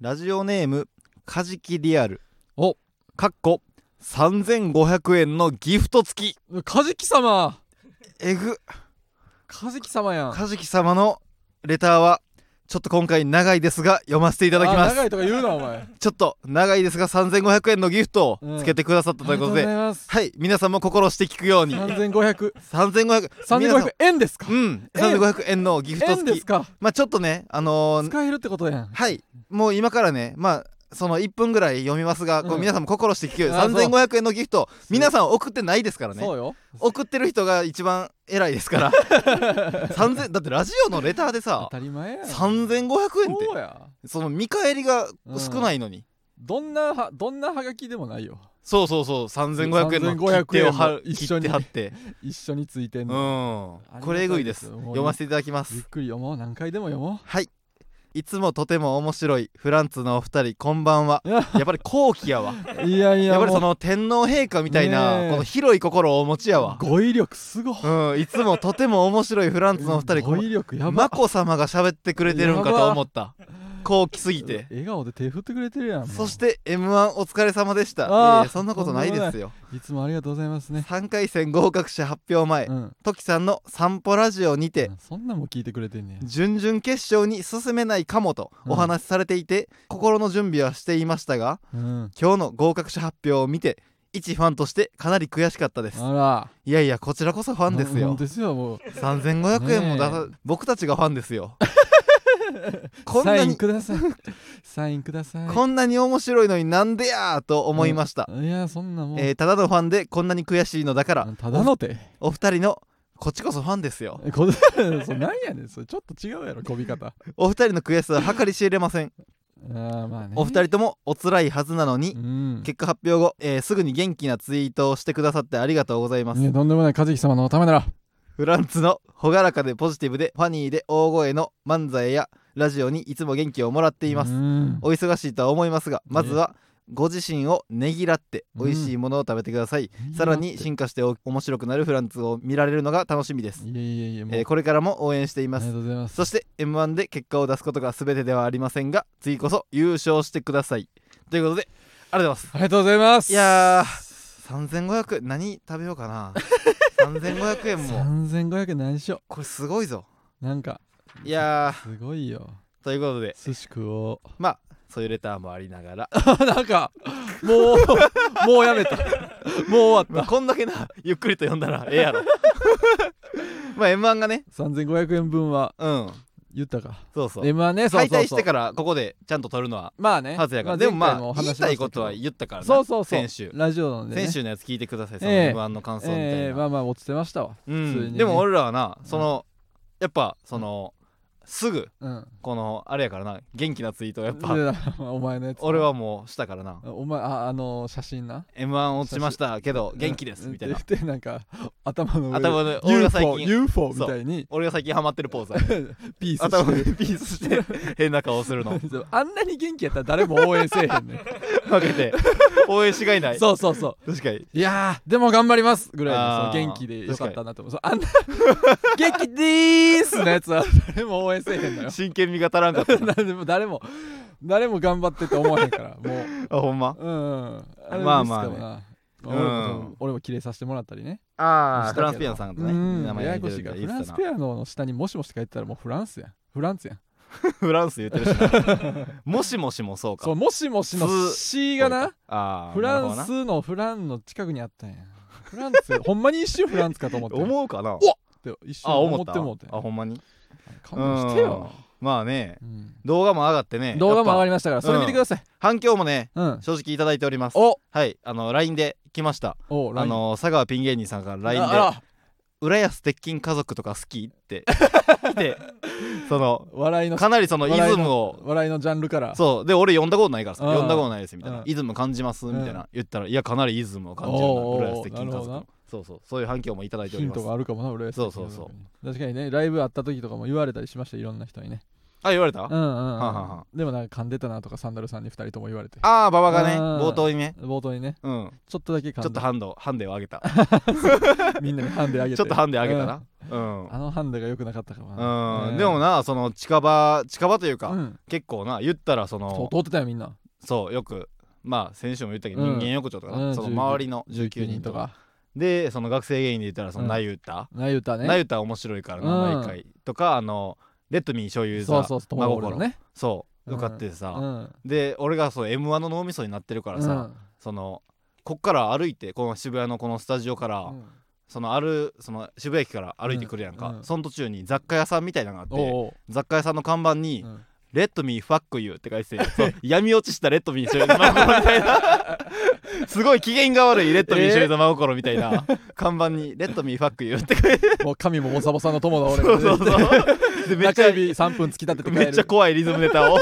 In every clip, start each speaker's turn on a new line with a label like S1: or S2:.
S1: ラジオネームカジキリアル
S2: お
S1: かっこ3500円のギフト付き
S2: カジキ様
S1: えぐ
S2: カジキ様やん
S1: カジキ様のレターはちょっと今回長いですが読ませていただきま
S2: あ
S1: す
S2: 長いとか言うなお前
S1: ちょっと長いですが3500円のギフトをつけてくださったということで、
S2: ありがと
S1: はい皆さんも心して聞くように
S2: うございます
S1: 3500
S2: 3500 3500円ですか
S1: うん3500円のギフト
S2: 円
S1: 付
S2: で
S1: き
S2: すか
S1: まあちょっとねあのー
S2: 使えるってことやん
S1: はいもう今からねまあその1分ぐらい読みますが、こ
S2: う
S1: うん皆さんも心して聞くように
S2: あそう
S1: 3500円のギフト皆さん送ってないですからね
S2: そうよ
S1: 送ってる人が一番偉いですから 3000だってラジオのレターで
S2: 当
S1: さ
S2: たり前やん
S1: 3500円っ
S2: そう
S1: て
S2: や
S1: その見返りが少ないのに、
S2: どんなはどんなハガキでもないよ
S1: そうそうそう3500円の
S2: 3500
S1: 切手を貼る
S2: 円も
S1: 切
S2: 一緒に
S1: 手貼って
S2: 一緒について
S1: うんん
S2: の
S1: これえぐいです
S2: ありがたいです
S1: 読ませていただきま
S2: ゆっ
S1: す
S2: くり読もう何回でも読も
S1: はいいつもとても面白いフランツのお二人こんばんは
S2: ういや
S1: やっぱり後期やわ
S2: いやい
S1: や
S2: や
S1: っぱり
S2: も
S1: そうの天皇陛下みたい
S2: ね
S1: な
S2: え
S1: この広い心をお持ちやわ
S2: 語彙力すごい
S1: うんいつもとても面白いフランツのお二人こ
S2: 語
S1: ん
S2: 彙力や
S1: 眞
S2: ば
S1: 子さまが喋ってくれてるんかと思ったこう来すぎて
S2: 笑顔で手振ってくれてるやんもう
S1: そして m 1お疲れ様でしたい
S2: あー
S1: やいやそんなことないですよ
S2: いつもありがとうございますね
S1: 3回戦合格者発表前
S2: うん
S1: トキさんの「散歩ラジオ」にて
S2: うんそんなんも聞いてくれてんねや
S1: 準々決勝に進めないかもと
S2: うん
S1: お話しされていて心の準備はしていましたが
S2: うん
S1: 今日の合格者発表を見て一ファンとしてかなり悔しかったです
S2: あら
S1: いやいやこちらこそファンです
S2: ほ
S1: よ
S2: んですよもう
S1: 3500円も出さ
S2: ね
S1: 僕たちがファンです よこん
S2: サ
S1: な
S2: イン
S1: に
S2: くださいサインください
S1: こんなに面白いのになんでやーと思いました、
S2: いやそんなもん
S1: えーただのファンでこんなに悔しいのだから
S2: ただのて
S1: お二人のこっちこそファンですよ
S2: えこそれなんやねんそれちょっと違うやろこび方あ
S1: お二人の悔しさは計り知れません
S2: ーまあね
S1: お二人ともお辛いはずなのに
S2: うん
S1: 結果発表後、えーすぐに元気なツイートをしてくださってありがとうございます、
S2: いやとんでもない和樹様のおためなら
S1: フランツの朗らかでポジティブでファニーで大声の漫才やラジオにいつも元気をもらっています
S2: うん
S1: お忙しいとは思いますがまずはご自身をねぎらって
S2: うん
S1: 美味しいものを食べてください、さらに進化してお面白くなるフランツを見られるのが楽しみです、
S2: いやいやいやもう、
S1: えーこれからも応援してい
S2: あ
S1: ま
S2: りが
S1: す
S2: とうございます
S1: そして m 1で結果を出すことが全てではありませんが次こそ優勝してくださいということでありがとうございます
S2: ありがとうございます
S1: いや3500円何食べようか な3500円も
S2: 3500円何しよ
S1: これすごいぞ
S2: うなんか
S1: いや
S2: すごいよ
S1: ーということで
S2: 寿司食おう
S1: まあそういうレターもあり ながら
S2: なんかもうもうやめたもう終
S1: まあ、
S2: わっ
S1: こんだけ なゆっくりと読んだらええやろまあ m 1がね
S2: た3500円分は
S1: うん
S2: 言ったか
S1: そうそう
S2: M はねそうそ
S1: 敗
S2: うそう
S1: 退してからここらここでちゃんと取るのは
S2: まあね
S1: はずやから、
S2: あ
S1: でもま
S2: 前回
S1: あ
S2: お
S1: 言
S2: 話
S1: い
S2: ししたま
S1: い
S2: しけど
S1: ことは言ったからな
S2: そうそうそう
S1: 先週
S2: ラジオのでね
S1: 先週のやつ聞いてくださいその
S2: ええ
S1: m 1の感想みたいな、
S2: ええまあまあ落ちてましたわ
S1: う
S2: 普通に
S1: ん
S2: ね
S1: でも俺らはなその、やっぱそのすぐ
S2: うん
S1: このあれやからな元気なツイートをやっぱ、
S2: でお前のやつ
S1: 俺はもうしたからな
S2: お前ああの写真な
S1: m 1落ちましたけど元気ですみたいな
S2: うんって言ってなんか頭の上
S1: 頭の俺が最
S2: UFO,
S1: 近
S2: UFO み
S1: そう
S2: たいに
S1: 俺が最近ハマってるポーズや
S2: ピース
S1: 頭
S2: し
S1: にピースして変な顔するの
S2: てるあんなに元気やったら誰も応援せえへ んねん
S1: 分け て応援しがいない
S2: そうそうそう
S1: 確かに
S2: いやーでも頑張りますぐらい
S1: あー
S2: のその元気でよかったなと思うそう あんな元気でーすのやつは誰も応援せえへんのよ
S1: 真剣味が足らん かったな
S2: 誰も誰も誰も頑張ってって思わへんからもう
S1: あほんま
S2: うんれ
S1: まあまあね
S2: ミスかもな
S1: うん
S2: まあ俺も俺もキレさせてもらったりね。
S1: あ
S2: したけど
S1: フランスピアノさんとね
S2: うん
S1: 名前
S2: や
S1: が
S2: や
S1: 似て
S2: こ
S1: る
S2: し
S1: み
S2: い
S1: た
S2: か
S1: いに言っ
S2: ら。フラン
S1: て
S2: ス
S1: たな
S2: ペアノの下にもしもしって書いてたらもうフランスやん。フランスやん。
S1: フランス言ってるしなもしもしもそうか
S2: そう、もしもしの
S1: す
S2: C がな、
S1: あー
S2: フラン
S1: なる
S2: スのフランの近くにあったんや。フランス、ほんまに一瞬フランスかと思っ
S1: ほ
S2: て。
S1: どな
S2: 思っ
S1: 思うかな
S2: て一瞬
S1: あ思
S2: 思
S1: っ
S2: って
S1: た
S2: もうて。
S1: あほんまに
S2: 勘弁してよ。
S1: まあね
S2: うん
S1: 動画も上がってね
S2: 動画も上が
S1: り
S2: りましたから、それ見てください。
S1: 反響もね
S2: うん。
S1: 正直いただいております
S2: お
S1: はいあの LINE で来ました
S2: お、
S1: あ
S2: LINE
S1: の佐川ピン芸人さんから LINE
S2: ああ
S1: で
S2: ら
S1: 「浦安鉄筋家族とか好き?」って 来てその
S2: 笑いの、
S1: かなりそのイズムを
S2: 笑いのジャンルから。
S1: そうで俺呼んだことないからさ
S2: うん
S1: 呼んだことないですみたいな
S2: うん
S1: イズム感じますみたいな言ったらいやかなりイズムを感じ
S2: おうおうおう
S1: るな浦安鉄筋家
S2: なるほど
S1: 族
S2: な
S1: そうそうそういう反響もいただいてお
S2: ヒ
S1: り
S2: ン
S1: ます
S2: トがあるかもな、俺は。
S1: そうそうそう
S2: 確かにね、ライブあった時とかも言われたりしました、いろんな人にね。
S1: あ言われた
S2: うんうん
S1: ははは
S2: うん。でもなんか噛んでたなとか、サンダルさんに2人とも言われて。
S1: ああ馬場がね
S2: うん
S1: 冒頭にね
S2: 冒頭にね、
S1: うん
S2: ちょっとだけ噛んで、
S1: ちょっとハンドハンデを上げた
S2: みんなにハンデあげて。
S1: ちょっとハンデ上げたなうん
S2: あの判断が良くなかったかもな
S1: う
S2: ね
S1: ん、
S2: え
S1: でもなその近場近場というか、
S2: うん
S1: 結構な言ったらそ
S2: そう
S1: の
S2: 通ってたよみんな
S1: そうよくまあ先週も言ったけど、
S2: うん
S1: 人間横丁とかな、
S2: うん
S1: その
S2: 19
S1: 周りの19
S2: 9
S1: 人
S2: 人
S1: と
S2: と
S1: か
S2: か
S1: でその学生芸人で言ったらその
S2: うん
S1: ナユタ、
S2: なゆたね
S1: ナユタ面白いからな、
S2: うん
S1: 毎回とかあのレッドミー醤油座
S2: そうそうそう
S1: 真
S2: 友
S1: 心
S2: 心ね
S1: そう
S2: うん
S1: 受かっててさ、
S2: うん
S1: で俺がそう m 1の脳みそになってるからさ、そのこっから歩いてこの渋谷のこのスタジオから、
S2: うん
S1: そのあるその渋谷駅から歩いてくるやんか、
S2: うんうん
S1: その途中に雑貨屋さんみたいなのがあっ
S2: お
S1: て
S2: うおう
S1: 雑貨屋さんの看板に、
S2: うん
S1: レッドミーファックユーって書いててそう 闇落ちしたレッドミー醤油と真心みたいな すごい機嫌が悪いレッドミー醤油と真心みたいな看板にレッドミーファックユーって書いて
S2: もう神もボサボサの友だ俺
S1: そうそう
S2: が
S1: そうでめっち
S2: 中
S1: ゃ
S2: 指3分突き立てて帰る
S1: めっちゃ怖いリズムネ タを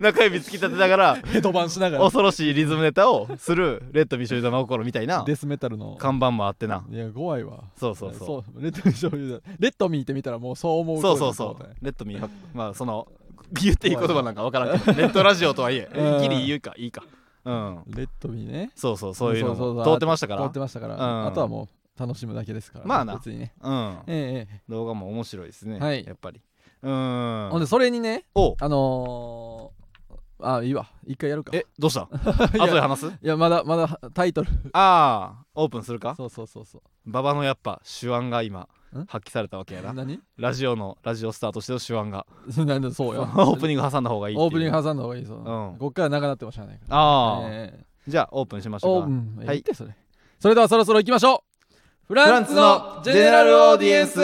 S1: 中指突き立てながら
S2: ヘドバンしながら
S1: 恐ろしいリズムネタをするレッドミー醤油と真心みたいな
S2: デスメタルの
S1: 看板もあってない
S2: や怖いわ
S1: そうそうそう
S2: レッドミー醤油だレッドミーって見たらもうそう思う
S1: そうそうそう
S2: 声だと思ったね
S1: レッドミーファックまあその言っていい言葉なんかわからんけどレッドラジオとはいえ
S2: うん
S1: ギリ言うかいいかうん
S2: レッドミーね
S1: そうそうそういうの
S2: そうそうそ
S1: も
S2: う
S1: 通ってましたか
S2: 通
S1: ら
S2: ってましたから、
S1: うん
S2: あとはもう楽しむだけですから
S1: まあな
S2: 別にね
S1: うん
S2: えええ
S1: 動画も面白いですね、
S2: はい
S1: やっぱりう
S2: え
S1: ー
S2: ほん
S1: ん
S2: でそれにね
S1: お
S2: あのー、あいいわ一回やるか
S1: えどうした
S2: い
S1: 後で
S2: や
S1: 話 す
S2: いやまだまだタイトル
S1: ああオープンするか
S2: そうそうそうそう
S1: 馬場のやっぱ手腕が今
S2: ん
S1: 発揮されたわけやな
S2: 何
S1: ラジオのラジオスターとしての手腕 が
S2: なんでそう
S1: オ
S2: よ
S1: ープニング挟んだ方がいいっていう
S2: オープニング挟んだ方がいいぞ、
S1: うん
S2: こっから長なってもしゃあないから
S1: ああ、
S2: ええ
S1: じゃあオープンしましょう
S2: オー
S1: か
S2: プン
S1: はい
S2: いいってそれそれではそろそろ行きましょうフランスのジェネラルオーディエンス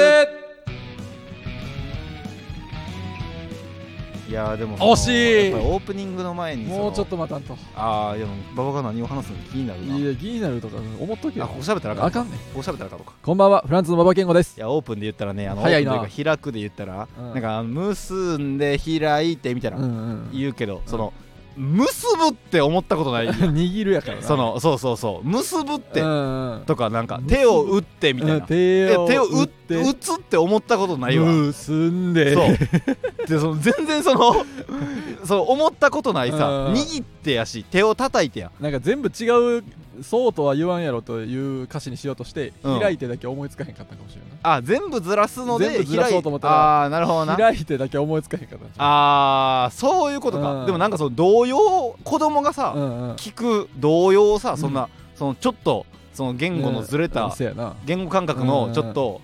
S1: いやーでも
S2: 惜しい
S1: やっぱりオープニングの前にその
S2: もうちょっと待たんと
S1: ああでも馬場が何を話すのか気になるない
S2: や気になるとか思っとけ
S1: あ
S2: よ
S1: ここ喋ったらあかん
S2: あかんね
S1: ここ喋ったらあかんのか
S2: こんばんはフランスの馬場健吾です
S1: いやオープンで言ったらねあの
S2: 早いな
S1: オープンというか開くで言ったら、
S2: うん
S1: なんか結んで開いてみたいな、
S2: うんうん
S1: 言うけど、その結ぶって思ったことない
S2: 握るやからな
S1: そのそうそうそう結ぶって、
S2: うんうん
S1: とかなんか
S2: 結ぶ
S1: 手を打ってみたい
S2: うん
S1: な、
S2: 手
S1: え
S2: を
S1: 手を打っ
S2: 打って
S1: 打つって思ったことないわ、
S2: 結んで
S1: そうでその全然その その思ったことないさ、
S2: うん
S1: 握ってやし手を叩いてやん
S2: なんか全部違うそうとは言わんやろという歌詞にしようとして、
S1: うん
S2: 開いてだけ思いつかへんかったかもしれ
S1: あ全部ずらすので
S2: 全部ずらそうと思ったら
S1: 開いあーなるほど
S2: ない
S1: な
S2: 開いてだけ思いつかへんかったんちゃ
S1: あーそういうことか、
S2: うん
S1: でもなんかその動揺子供がさ、
S2: ううんうん
S1: 聞く動揺をさそんな、
S2: う
S1: そのちょっとその言語のずれた、
S2: うんせやな
S1: 言語感覚のちょっと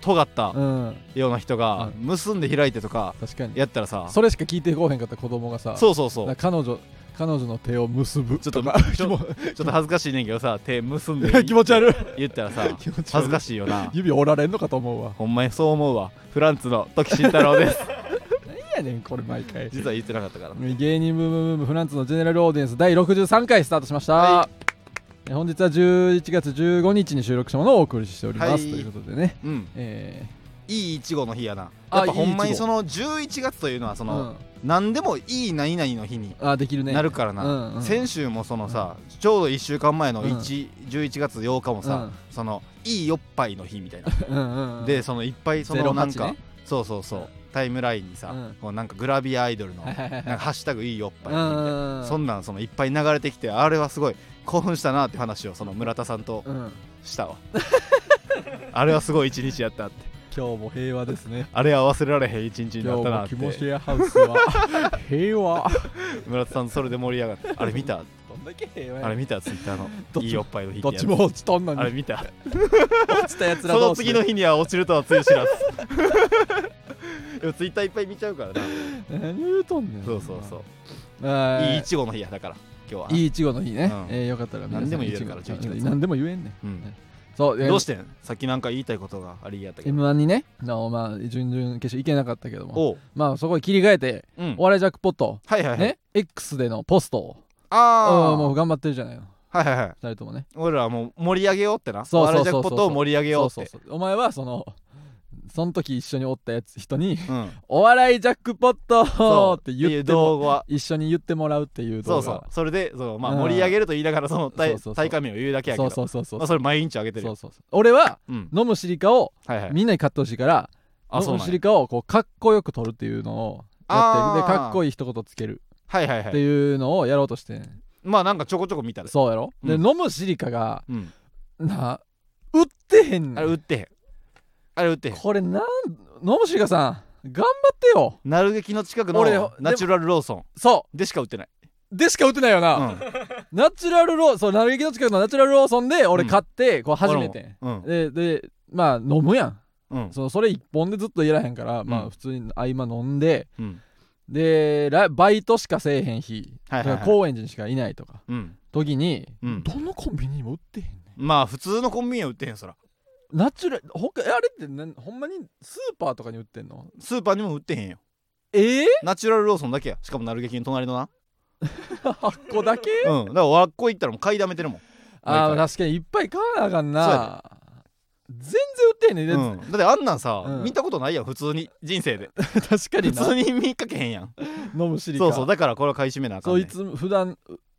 S1: 尖った
S2: うん
S1: ような人が結んで開いてとか
S2: 確かに
S1: やったらさ
S2: それしか聞いてこうへんかった子供がさ
S1: そうそうそう
S2: なんか彼女彼女の手を結ぶ
S1: ちょっと
S2: か
S1: ちょちょっと恥ずかしいねんけどさ手結んで
S2: 気持ち悪い
S1: 言ったらさ
S2: 気持ち悪い
S1: 恥ずかしいよな
S2: 指折られんのかと思うわ
S1: ほんまにそう思うわフランツの時慎太郎です
S2: 何やねんこれ毎回
S1: 実は言ってなかったから
S2: 芸人ブームブームフランツのジェネラルオーディエンス第63回スタートしました、
S1: は
S2: え本日は11月15日に収録したものをお送りしております、
S1: はい
S2: ということでね
S1: うん
S2: え
S1: いいいちごの日やな
S2: あ
S1: やっぱほんま
S2: いい
S1: に
S2: いち
S1: そ
S2: ご
S1: の11月というのはそ
S2: ー
S1: の何でもいい何々の日に
S2: うん、あできるね
S1: なるから
S2: う
S1: なん
S2: うん、
S1: 先週もそのさちょうど1週間前の
S2: うん
S1: 1 11月8日もさそのいいおっぱいの日みたいな
S2: うんうんうん、
S1: でそのいっぱいその
S2: 08
S1: なんか
S2: ね
S1: そうそうそうタイムラインにさ
S2: うん
S1: こうなんかグラビアアイドルの「
S2: は
S1: な
S2: い
S1: ん
S2: はいはい
S1: かハッシュタグいいおっぱい」み
S2: う
S1: たい
S2: ん
S1: な
S2: うん
S1: そんなんそのいっぱい流れてきてあれはすごい興奮したなって話をその村田さんと
S2: うん、今
S1: したわあれはすごい一日やったって
S2: 日も平和ですね
S1: あれは忘れられへん一日に
S2: 今
S1: なっ
S2: 日
S1: たな
S2: も
S1: って
S2: キモシェアハウスは平和
S1: 村田さんそれで盛り上がってあれ見た
S2: どんだけ平和
S1: あれ見たツイッターの
S2: どっちも
S1: いいおっぱいの日
S2: ど
S1: っ
S2: ってち
S1: やつ
S2: も落ちとんの
S1: あれ
S2: に
S1: 見た
S2: 落ちたやつ
S1: そ
S2: ら同
S1: の
S2: 士
S1: 次の日には落ちるとはつゆ知 らずでもツイッターいっぱい見ちゃうからな
S2: 何言うとんねん
S1: そうそうそう
S2: うはい
S1: いいちごの日やだから今日はい
S2: いいちごの日ね、
S1: うん
S2: えーよかったら皆さん
S1: 何でも言えるから
S2: いちご
S1: 11月
S2: 何でも言えんねん
S1: うん
S2: そう
S1: どう
S2: し
S1: してんさっきなんか言いたいことがありやったけど
S2: m 1にねの、まあ、準々決勝行けなかったけども
S1: おう、
S2: まあそこに切り替えて、
S1: うん
S2: お、笑いジャックポット、
S1: はいはいはい、
S2: ね X でのポストを
S1: あ
S2: うん
S1: あ
S2: もう頑張ってるじゃないの
S1: はいはいはい
S2: 二人ともね
S1: 俺らはもう盛り上げようってな
S2: そうそ
S1: 笑
S2: うそ
S1: いうジャ
S2: そう
S1: ックポットを盛り上げようって
S2: そうそうそうお前はそのその時一緒におったやつ人に
S1: うん
S2: 「お笑いジャックポッ
S1: そ
S2: ト!」
S1: う
S2: って
S1: ってい
S2: 言
S1: う
S2: っても
S1: 動画は
S2: 一緒に言ってもらうっていう
S1: そ
S2: 動
S1: う
S2: 画
S1: そうそれでそう、まあ、
S2: うん
S1: 盛り上げると言いながらその
S2: そ
S1: 大
S2: うそうそう
S1: 大会名を言うだけやけ
S2: そ
S1: ど
S2: うそうそうそう
S1: まあ、それ毎日上げてる
S2: そ
S1: よ
S2: うそうそう俺は
S1: うん
S2: 飲むシリカを
S1: はいはい
S2: みんなに買ってほしいから、
S1: あそう
S2: の
S1: なん
S2: シ
S1: や
S2: リカをこうかっこよく撮るっていうのをや
S1: あ
S2: って
S1: ー
S2: でかっこいい一言つける
S1: はいはいは
S2: って
S1: い
S2: いうのをやろうとしてん
S1: まあなんかちょこちょこ見たら
S2: そうやろ、
S1: う
S2: で
S1: ん
S2: 飲むシリカが
S1: うん
S2: な売ってへん
S1: あ
S2: ね
S1: れ
S2: ん
S1: 売ってへんあれ打ってへん
S2: これなん野茂がさん頑張ってよ
S1: なる劇の近く
S2: 俺でも
S1: のナチュラルローソン
S2: そ
S1: でしか打ってない、
S2: うでしか打てないよな、
S1: うん
S2: ナチュラルローそうなるべきの近くのナチュラルローソンで俺
S1: うん
S2: 買ってこう初めて、
S1: 俺も
S2: ででまあ飲むやん
S1: うん
S2: そのそれ一本でずっといらへんから、ま
S1: う
S2: あ
S1: ん
S2: 普通に合間飲んで
S1: うん
S2: でラバイトしかせえへん日、
S1: はいはいはい
S2: だから高円寺にしかいないとか
S1: うん
S2: 時に、
S1: うん
S2: どのコンビニにも売ってへんね
S1: まあ普通のコンビニは売ってへんそら
S2: んナチュラルほかえあれってなんほんまにスーパーとかに売ってんの
S1: スーパーにも売ってへんよ
S2: ええ
S1: ナチュラルローソンだけやしかもなる劇の隣のな
S2: あっこだけ
S1: うんだからわっこ行ったらもう買いだめてるもん
S2: あ
S1: 毎
S2: ー
S1: 回
S2: 確かにいっぱい買わなあかん
S1: そう
S2: な全然売ってへんねんで、
S1: うん、だってあんなんさ、
S2: うん
S1: 見たことないやん普通に人生で
S2: 確か
S1: 普
S2: にな
S1: 通に見かけへんやん
S2: 飲むしりか
S1: そうそうだからこれは買い占めなあかん
S2: そ
S1: ね
S2: いつも普段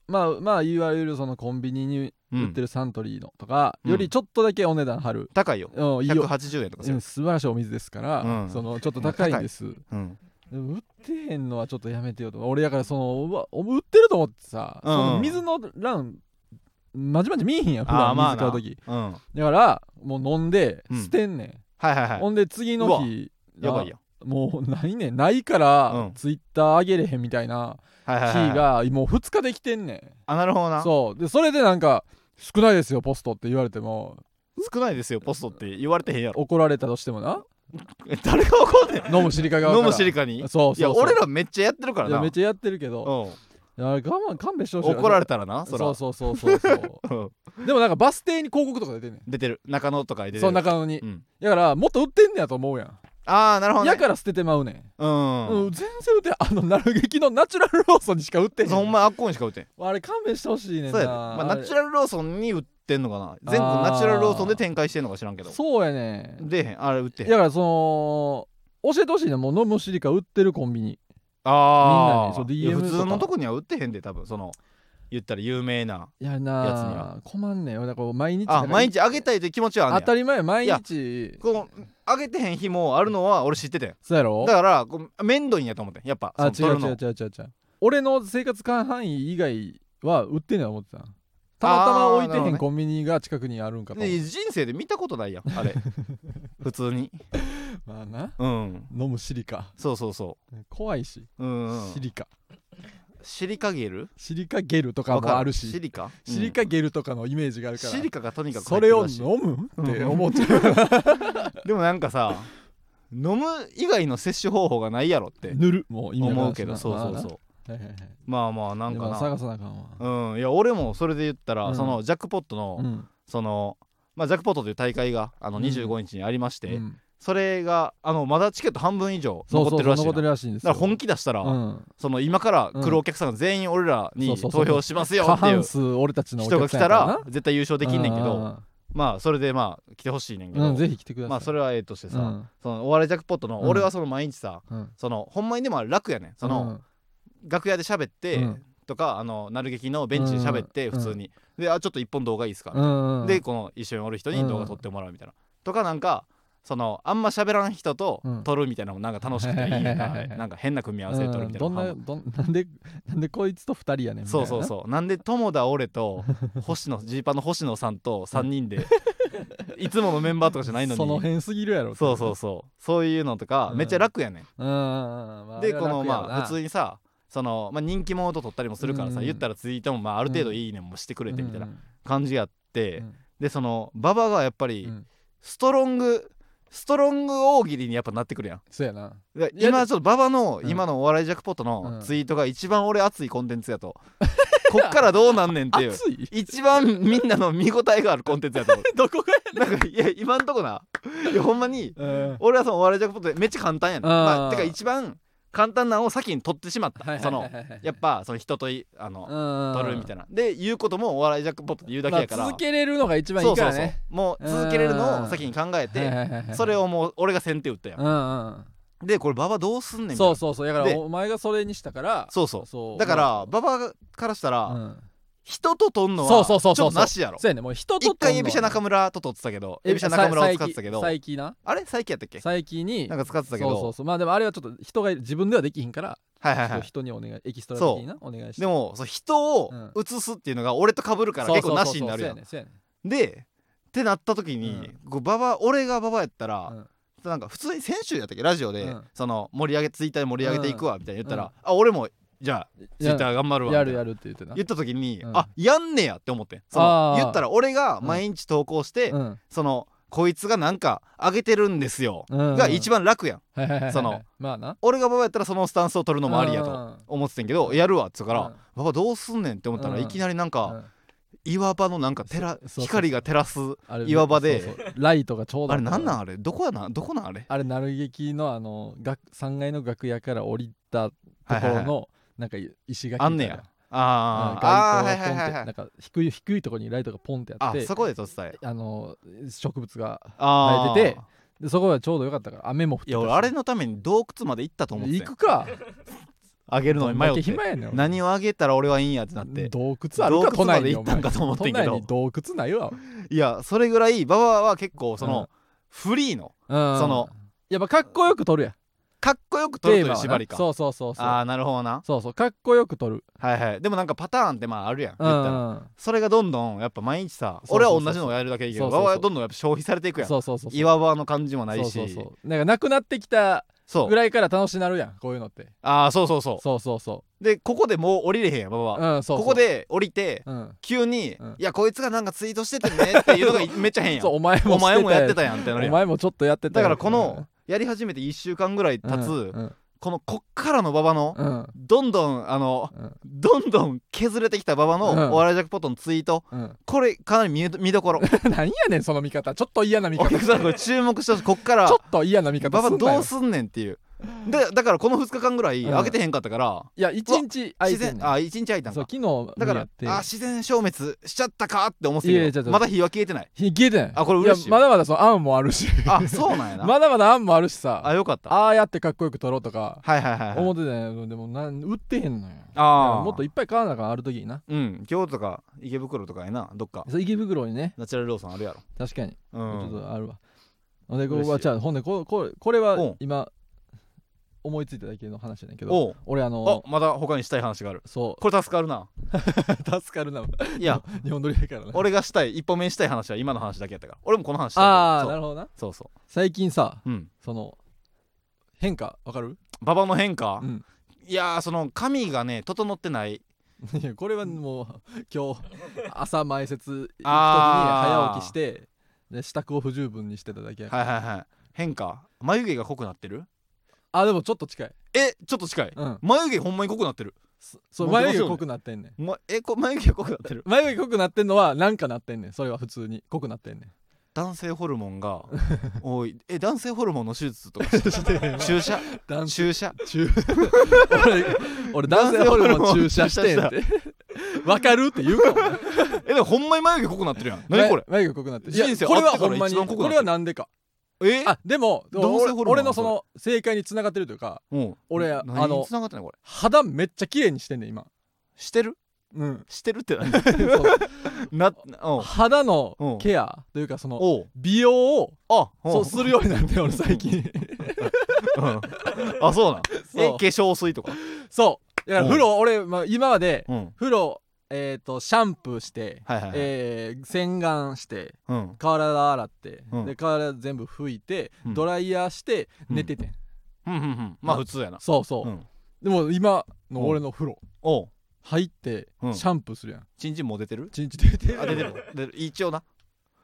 S2: まあまあいわゆるそのコンビニに
S1: う
S2: 売って
S1: ん、
S2: るサントリーのとか、
S1: うん
S2: よりちょっとだけお値段張る、
S1: 高いよ
S2: うん、いいよ
S1: 180円とかす
S2: う
S1: る
S2: ん、素晴らしいお水ですから、
S1: うん
S2: そのちょっと高いんです
S1: うん
S2: でも売ってへんのはちょっとやめてよと俺だからそのうわ売ってると思ってさ、
S1: うん
S2: その水の欄まじまじ見えへんやん普
S1: あ
S2: 段
S1: あま
S2: 水
S1: あ
S2: 買
S1: な
S2: う時
S1: うんはい
S2: だからもう飲んで
S1: うん
S2: 捨てんねん、
S1: はいは
S2: ほんで次の日
S1: いやばいよ
S2: もうないねんないから、
S1: うん
S2: ツイッター上げれへんみたいな
S1: はい
S2: 日
S1: はいはい、
S2: がもう2日できてんねん
S1: あなるほどな
S2: そうでそれでなんか少ないですよポストって言われても
S1: 少ないですよポストって言われてへんやろ
S2: 怒られたとしてもな
S1: え誰が怒ってん
S2: 飲む知りかが
S1: 飲むシリ
S2: か
S1: カに
S2: そうそ
S1: い
S2: うそう
S1: や俺らめっちゃやってるから
S2: いや
S1: な
S2: めっちゃやってるけ
S1: うん
S2: ど
S1: 怒
S2: いや我慢勘弁してほしい
S1: られ
S2: た
S1: たらなそら
S2: そうそうそうそうそう
S1: うん
S2: でもなんかバス停に広告とか出てんね
S1: 出てる中野とかに出
S2: ん
S1: てる
S2: その中野に
S1: うん
S2: だからもっと売ってんねやと思うやん
S1: ああなるほど
S2: や
S1: ね
S2: から捨ててまうねん
S1: うん
S2: うん全然売ってんあのなる劇のナチュラルローソンにしか売ってへん
S1: そうほんまあっこにしか打てん
S2: あれ勘弁してほしいねん
S1: そうや
S2: な
S1: で、まあ、
S2: あ
S1: ナ
S2: れ
S1: チュラルローソンに売ってんのかな全
S2: あ
S1: 国
S2: ー
S1: ナチュラルローソンで展開してんのか知らんけど
S2: そうやねん
S1: でへんあれ売ってへん
S2: だからその教えてほしいねんもう飲む知りか売ってるコンビニ
S1: ああ
S2: みんなに
S1: いや
S2: そう DM
S1: 普通の
S2: とか
S1: とこには売ってへんで多分その言ったら有名ない
S2: やな
S1: やつには
S2: 困んねんよだからこう毎日
S1: あ毎
S2: 日
S1: 日あげたいという気持ちはあんね
S2: 当
S1: ん
S2: たり前毎日
S1: このあげてへん日もあるのは俺知っててん
S2: そうやろ
S1: だからこう面倒いんやと思ってんやっぱ
S2: あ違
S1: その取
S2: う
S1: るの
S2: 違う違う違う違う俺の生活範囲以外は売ってんねん思ってたたまたま置いて
S1: あーなるほ
S2: へ
S1: ど
S2: ん
S1: ね
S2: コンビニが近くにあるんかと思って
S1: で人生で見たことないやんあ れ普通に
S2: まあな
S1: うん
S2: 飲むシリカ
S1: そうそうそ
S2: 怖いし、
S1: ううんうん
S2: シリカ
S1: シリカゲル
S2: シリカゲルとか
S1: わか
S2: もあるし
S1: シリカ
S2: シリカゲルとかのイメージがあ
S1: うん
S2: るから
S1: シリカがとにかく
S2: そ
S1: 入っ
S2: れ
S1: てる
S2: を
S1: らしい
S2: 飲むって
S1: うん
S2: 思っちゃ
S1: でもなんかさ飲む以外の摂取方法がないやろっ
S2: う
S1: て
S2: 塗るもう意味
S1: 思うけどそうそうそうう
S2: はいはいはい
S1: まあまあなん
S2: で
S1: か
S2: も
S1: な
S2: 探さなあかんわ
S1: うんいや俺もそれで言ったら、
S2: うん
S1: そのジャックポットの、
S2: うん
S1: そのまあジャックポットという大会があの
S2: うん
S1: 25日にありまして、
S2: うん
S1: それがあのまだチケット半分以上
S2: そう
S1: 残
S2: そ
S1: っ
S2: う
S1: てる
S2: そ
S1: ら
S2: う
S1: しいな
S2: 残ってるらしいんです
S1: だか
S2: よ
S1: ら本気出したら、
S2: うん
S1: その今から来るお客さんが全員俺ら
S2: うん
S1: に
S2: そうそうそう
S1: 投票しますよっ
S2: 過
S1: ていう
S2: 半数俺たちのお
S1: 人が来
S2: 客さんや
S1: た
S2: からな
S1: ら絶対優勝できんねんけどまあそれでまあ来てほしいねんけ
S2: うん
S1: ど、
S2: うんうんぜひ来てください
S1: まあそれはええとしてさ、
S2: うん
S1: そのお笑いジャックポットの、
S2: うん
S1: 俺はその毎日さ
S2: うん
S1: そのほんまにでもあれ楽やねんその、楽屋で喋って、
S2: うん
S1: とかあのなる劇のベンチで喋って
S2: うん
S1: 普通に、であちょっと一本動画いいっすか、
S2: うんうん
S1: でこの一緒におる人に動画撮ってもらうみたいな、とかなんかそのあんま喋らん人と
S2: うん
S1: 撮るみたいなのもなんか楽しくていい
S2: はいは
S1: ない
S2: はいはい
S1: なんか変な組み合わせで撮るみたいな,、
S2: うんどんなどん なんでなんでこいつと二人やねんみたい
S1: そう
S2: な
S1: そう
S2: う
S1: そうなんで友田俺と星野ジーパンの星野さん と3人で、いつものメンバーとかじゃないのに
S2: その辺すぎるやろ
S1: そうそうそうそういうのとか、
S2: うん
S1: めっちゃ楽やねん
S2: うんうんうんまあ
S1: でこのまあ普
S2: に
S1: 通にさその、まあ、人気者と撮ったりもするからさ、
S2: うん
S1: 言ったらツイートも、まあ、ある程度いいねもしてくれてみたいな感じやって、
S2: うん
S1: でその馬場がやっぱり
S2: うん
S1: ストロングストロング大喜利にやっぱなってくるやん
S2: そうや
S1: だ
S2: な
S1: から
S2: いや
S1: 今ちょっと馬場の
S2: うん
S1: 今のお笑いジャックポット
S2: うん
S1: のツイートが一番俺熱いコンテンツや とこっからどうなんねんっていう
S2: 熱い
S1: 一番みんなの見応えがあるコンテンツやと思う
S2: どこが
S1: なんかいや今んとこないやほんまに
S2: うん
S1: 俺はそのお笑いジャックポットでめっちゃ簡単やねん
S2: あー
S1: まあ、てか一番簡単なのを先に取ってしまった、そのやっぱその人といあの、取るみた
S2: い
S1: いなで言うこともお笑いジャックポットで言うだけやから、
S2: 続けれるのが一番い
S1: そ
S2: いうか
S1: そうそ
S2: ら
S1: う
S2: ね
S1: もう続けれるのを先に考えて、
S2: で
S1: それをもう俺が先手打ったやん、
S2: うんうん
S1: でこれ馬場どうすんねんみたい
S2: そ
S1: な
S2: うそうそうだから
S1: で
S2: お前がそれにしたから
S1: そうそう
S2: そう
S1: だから馬場からしたら、
S2: うん
S1: 人と取んのは
S2: そうそうそう
S1: ち
S2: そ
S1: ょ
S2: う
S1: っとなしやろ
S2: そうやねもう人と
S1: 一回エビシャ中村と取ってたけどエビシャ中村を使ってたけど
S2: 最近な
S1: あれ最近やったっけ
S2: 最近に
S1: なんか使ってたけ
S2: そうそう
S1: ど
S2: そうまあでもあれはちょっと人がいる自分ではできひんから、
S1: はいはい
S2: ちょ
S1: は
S2: っと
S1: い
S2: 人にお願いエキストラ的になお願いして
S1: でもそう人を
S2: うん
S1: 移すっていうのが俺と被るから
S2: そう
S1: 結
S2: そう
S1: 構な
S2: そうそう
S1: しになるやん
S2: そうやねそうやね
S1: でてなった時に、こうババ俺がババやったら、
S2: うん
S1: なんか普通に先週やったっけラジオで、
S2: うん
S1: その盛り上げツイッターで盛り上げていくわみたいな言ったら、
S2: うん
S1: あ俺もじゃあツイッター頑張るわみた
S2: や
S1: いな
S2: るやるって言ってな
S1: 言った時に、
S2: うん
S1: あやんねやって思ってんその
S2: あー
S1: 言ったら俺が毎日投稿して、
S2: うん
S1: そのこいつがなんか上げてるんですよ、
S2: うん
S1: が一番楽やん
S2: はいはいはいはい
S1: その
S2: まあな
S1: 俺がババやったらそのスタンスを取るのもありや
S2: う
S1: と
S2: ん
S1: 思ってたんやけどやるわっつうから、
S2: うん
S1: ババどうすんねんって思ったら、
S2: うん
S1: いきなりなん
S2: う
S1: か、
S2: ん
S1: 岩場のなんか照ら
S2: そそう
S1: 光が照らす
S2: あれ
S1: 岩場で
S2: そうそうライトがちょうど
S1: あれなんなん
S2: ん
S1: あれどこやなどこなんあれ
S2: あれ鳴る劇のあのが3階の楽屋から降りたとこ
S1: はいは
S2: ろ
S1: いは
S2: のなんか石垣みたいな
S1: あんねや
S2: う
S1: あ
S2: ん
S1: ーあーは
S2: 街
S1: い
S2: 灯が
S1: はい
S2: ポンっ
S1: はい
S2: て
S1: は
S2: ないんか低い低いところにライトがポンってあっ
S1: あ
S2: て
S1: そこで撮ってたんや
S2: あの植物が
S1: あー
S2: 生えててでそこがちょうどよかったから雨も降って
S1: いや
S2: たし
S1: 俺あれのために洞窟まで行ったと思ってたん
S2: 行
S1: や
S2: くか
S1: あげるのに迷
S2: どんだけ
S1: って
S2: 暇やねん
S1: 何をあげたら俺はいいんやってなって
S2: 洞窟あるか
S1: 洞窟
S2: 都
S1: ま
S2: 内
S1: で
S2: に
S1: 行ったんかと思ってんけど
S2: 都内に洞窟ないわ、
S1: いやそれぐらい馬場は結構そのフリーの
S2: うん、
S1: その
S2: やっぱかっこよく撮るやん
S1: かっこよく撮る
S2: テー
S1: とい
S2: マ
S1: う
S2: はな
S1: 縛りか
S2: そうそうそうそう
S1: ああなるほどな
S2: そうそうかっこよく撮る
S1: はいはいでもなんかパターンってまああるやん
S2: う
S1: 言ったら
S2: ん
S1: それがどんどんやっぱ毎日さ
S2: そうそう
S1: 俺
S2: そう
S1: は
S2: そう
S1: 同じのをやるだけでいいけど
S2: そう
S1: 馬
S2: そうそう
S1: 場はどんどんやっぱ消費されていくやん
S2: そうそうそうそう
S1: 岩場の感じもない
S2: そうそう
S1: し
S2: そうなんかなくなってきた
S1: そ
S2: ぐ
S1: う
S2: らいから楽しなるやんこういうのって
S1: ああそうそうそ
S2: そうそうそう
S1: でここでもう降りれへんやん馬場
S2: う
S1: は
S2: うんそうそう
S1: ここで降りて
S2: うん
S1: 急に
S2: う
S1: 「
S2: ん
S1: いやこいつがなんかツイートしててね」っていうのがめっちゃ変や
S2: そうんお前も
S1: お前もやって
S2: た
S1: たやんってなる
S2: お
S1: やん
S2: 前もちょっとやってた
S1: だ
S2: よ
S1: からこのやり始めて1週間ぐらい経つ、
S2: うん
S1: このこっからの馬場の
S2: うん
S1: どんどんあの
S2: うん
S1: どんどん削れてきた馬場
S2: うん
S1: のお笑いジャックポットのツイート
S2: うん
S1: これかなり見ど見どころ
S2: 何やねんその見方ちょっと嫌な見
S1: お
S2: 方
S1: 客
S2: ち
S1: さんこれ注目してほしいこっから
S2: ょっと嫌な見方
S1: 馬場
S2: すんなよ
S1: どうすんねんっていうでだからこの2日間ぐらい
S2: うん
S1: 上げてへんかったから、
S2: いや一日空い
S1: 自
S2: て
S1: 然
S2: んねん
S1: あ1日空いたん
S2: そう
S1: か
S2: 昨日も
S1: だか
S2: や
S1: ら
S2: って
S1: あ自然消滅しちゃったかって思ってた
S2: いやい
S1: け
S2: やちょっ
S1: ど
S2: と
S1: まだ火は消えて ない
S2: ひ消えてない
S1: あこれ嬉しい
S2: やまだまだその案もあるし
S1: あそうなんやな、
S2: まだまだ案もあるしさ
S1: あよかった
S2: ああやってかっこよく撮ろうとか
S1: はいはいはい、はい、
S2: 思ってたんやけどでもなん売ってへんのよ
S1: ああ
S2: もっといっぱい買わなあかんある時にな
S1: うん京都とか池袋とかやなどっか
S2: そう池袋にね
S1: ナチュラルローソンあるやろ
S2: 確かに、
S1: う
S2: ちょっ
S1: ん
S2: とあるわほんでこ
S1: 嬉
S2: こ
S1: しい
S2: はじゃあほんでここれこれは
S1: うん
S2: 今思いついただけの話やねんけど
S1: おう
S2: 俺あ
S1: あ
S2: の
S1: まだ他にしたい話がある
S2: そ
S1: これ助かるな
S2: う助かるない
S1: や
S2: 日本撮りだからな
S1: 俺がしたい一歩目にしたい話は今の話だけやったから俺もこの話したい
S2: ああ
S1: そ
S2: な
S1: う
S2: るほどな
S1: そうそ
S2: 最近さ
S1: ううん
S2: その変化わかる
S1: 馬場の変化、
S2: うん
S1: いやーその髪がね整ってない
S2: いやこれはもう今日朝前説行く時に
S1: あー
S2: 早起きしてで支度を不十分にしてただけやから
S1: はいはいはい変化眉毛が濃くなってる
S2: あでもちょっと近い
S1: えちょっと近い
S2: うん
S1: 眉毛ほんまに濃くなってる、
S2: そそう
S1: モテます
S2: 眉
S1: よね
S2: 毛濃くなってんねん
S1: ま、えこ眉毛が濃くなってる
S2: 眉毛濃くなってんのはなんかなってんねんそれは普通に濃くなって んねん
S1: 男性ホルモン が多いえ男性ホルモンの手術とかして 注射
S2: 男性
S1: 注射
S2: 中俺俺男性ホルモン注射してんってわかるって言うかもね
S1: えでもほんまに眉毛濃くなってるやん何これ
S2: 眉毛濃くなってるい
S1: 人
S2: や
S1: 生
S2: これは
S1: 会って
S2: ほ
S1: から
S2: んまに
S1: 一番濃くなってる
S2: これはなんでか
S1: え
S2: あでもでも
S1: 男性ホ
S2: 俺
S1: ルモン
S2: 俺のその正解につながってるというか
S1: うん
S2: 俺
S1: な
S2: あの
S1: 何に繋がってないこれ
S2: 肌めっちゃ綺麗にしてんねん今
S1: してる
S2: うん
S1: してるって何
S2: そう
S1: なうん
S2: 肌のケアというかそ の
S1: おう
S2: 美容を
S1: あ
S2: そうするようになって俺最近
S1: うんあ そうなんえ化
S2: そう
S1: 粧水とか
S2: そうだから風呂俺、まあ、今まで
S1: うん
S2: 風呂えっ、とシャンプーして、
S1: はいはいはい
S2: えー洗顔して
S1: うん
S2: 体洗って、
S1: うん
S2: で体全部拭いて、
S1: うん
S2: ドライヤーして
S1: うん
S2: 寝ててん、
S1: うんうんうんまあ普通やな
S2: そうそう、
S1: うん
S2: でも今の俺の風呂
S1: おう
S2: 入って
S1: うん
S2: シャンプーするやん
S1: チンチンもう出てる
S2: 一日出てる
S1: あ出てる出てる一応な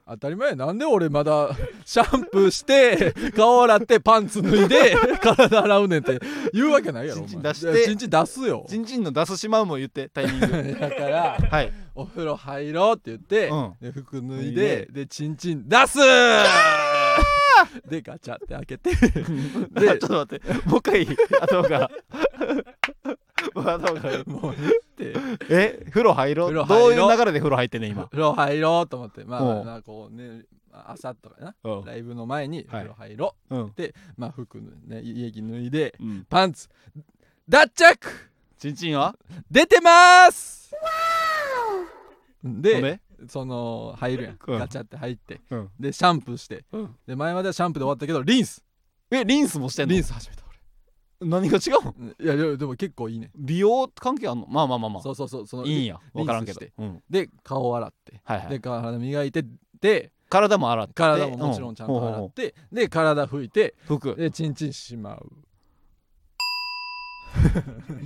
S2: 当たり前やなんで俺まだ シャンプーして顔洗ってパンツ脱いで 体洗うねんって言うわけないやろお前
S1: チンチン出して
S2: いやチンチン出すよ
S1: チンチンの出すしまうも言ってタイミン グ
S2: だから
S1: はい
S2: お風呂入ろうって言って、
S1: うん
S2: で服脱い
S1: 脱い
S2: で
S1: で
S2: でチンチン出すでガチャって開 けて
S1: でちょっ
S2: で
S1: と待ってもう一回頭から もう頭から
S2: もういいって
S1: え風呂入ろう
S2: 風呂入
S1: ど
S2: ろ
S1: う
S2: う
S1: いう流れで風呂入ってんねん 今
S2: 風呂入ろうと思ってまあ
S1: うん
S2: まあこうね朝とかな
S1: うん
S2: ライブの前に風呂入ろ
S1: うん
S2: う、まあ服ね家着脱いで
S1: うん
S2: パンツ脱着
S1: チンチンは
S2: 出てます
S1: ほん
S2: で
S1: で
S2: その入るやん
S1: うん
S2: ガチャって入って
S1: うん
S2: でシャンプーして
S1: うん
S2: で前まではシャンプーで終わったけどリンス
S1: えリンスもしてんの
S2: リンス始めた
S1: 何が違うん
S2: 俺うんいやいやでも結構いいね
S1: 美容関係あんのまあまあまあまあ
S2: そうそうそうその
S1: いいんや
S2: リン
S1: 分からんけど
S2: リンスし
S1: うん
S2: で顔洗って
S1: はいは
S2: で
S1: い
S2: 体磨いてで
S1: 体も洗って
S2: 体ももちろんちゃんと洗
S1: ほうほうほ
S2: って、で体拭いて
S1: う服
S2: でチンチンしまう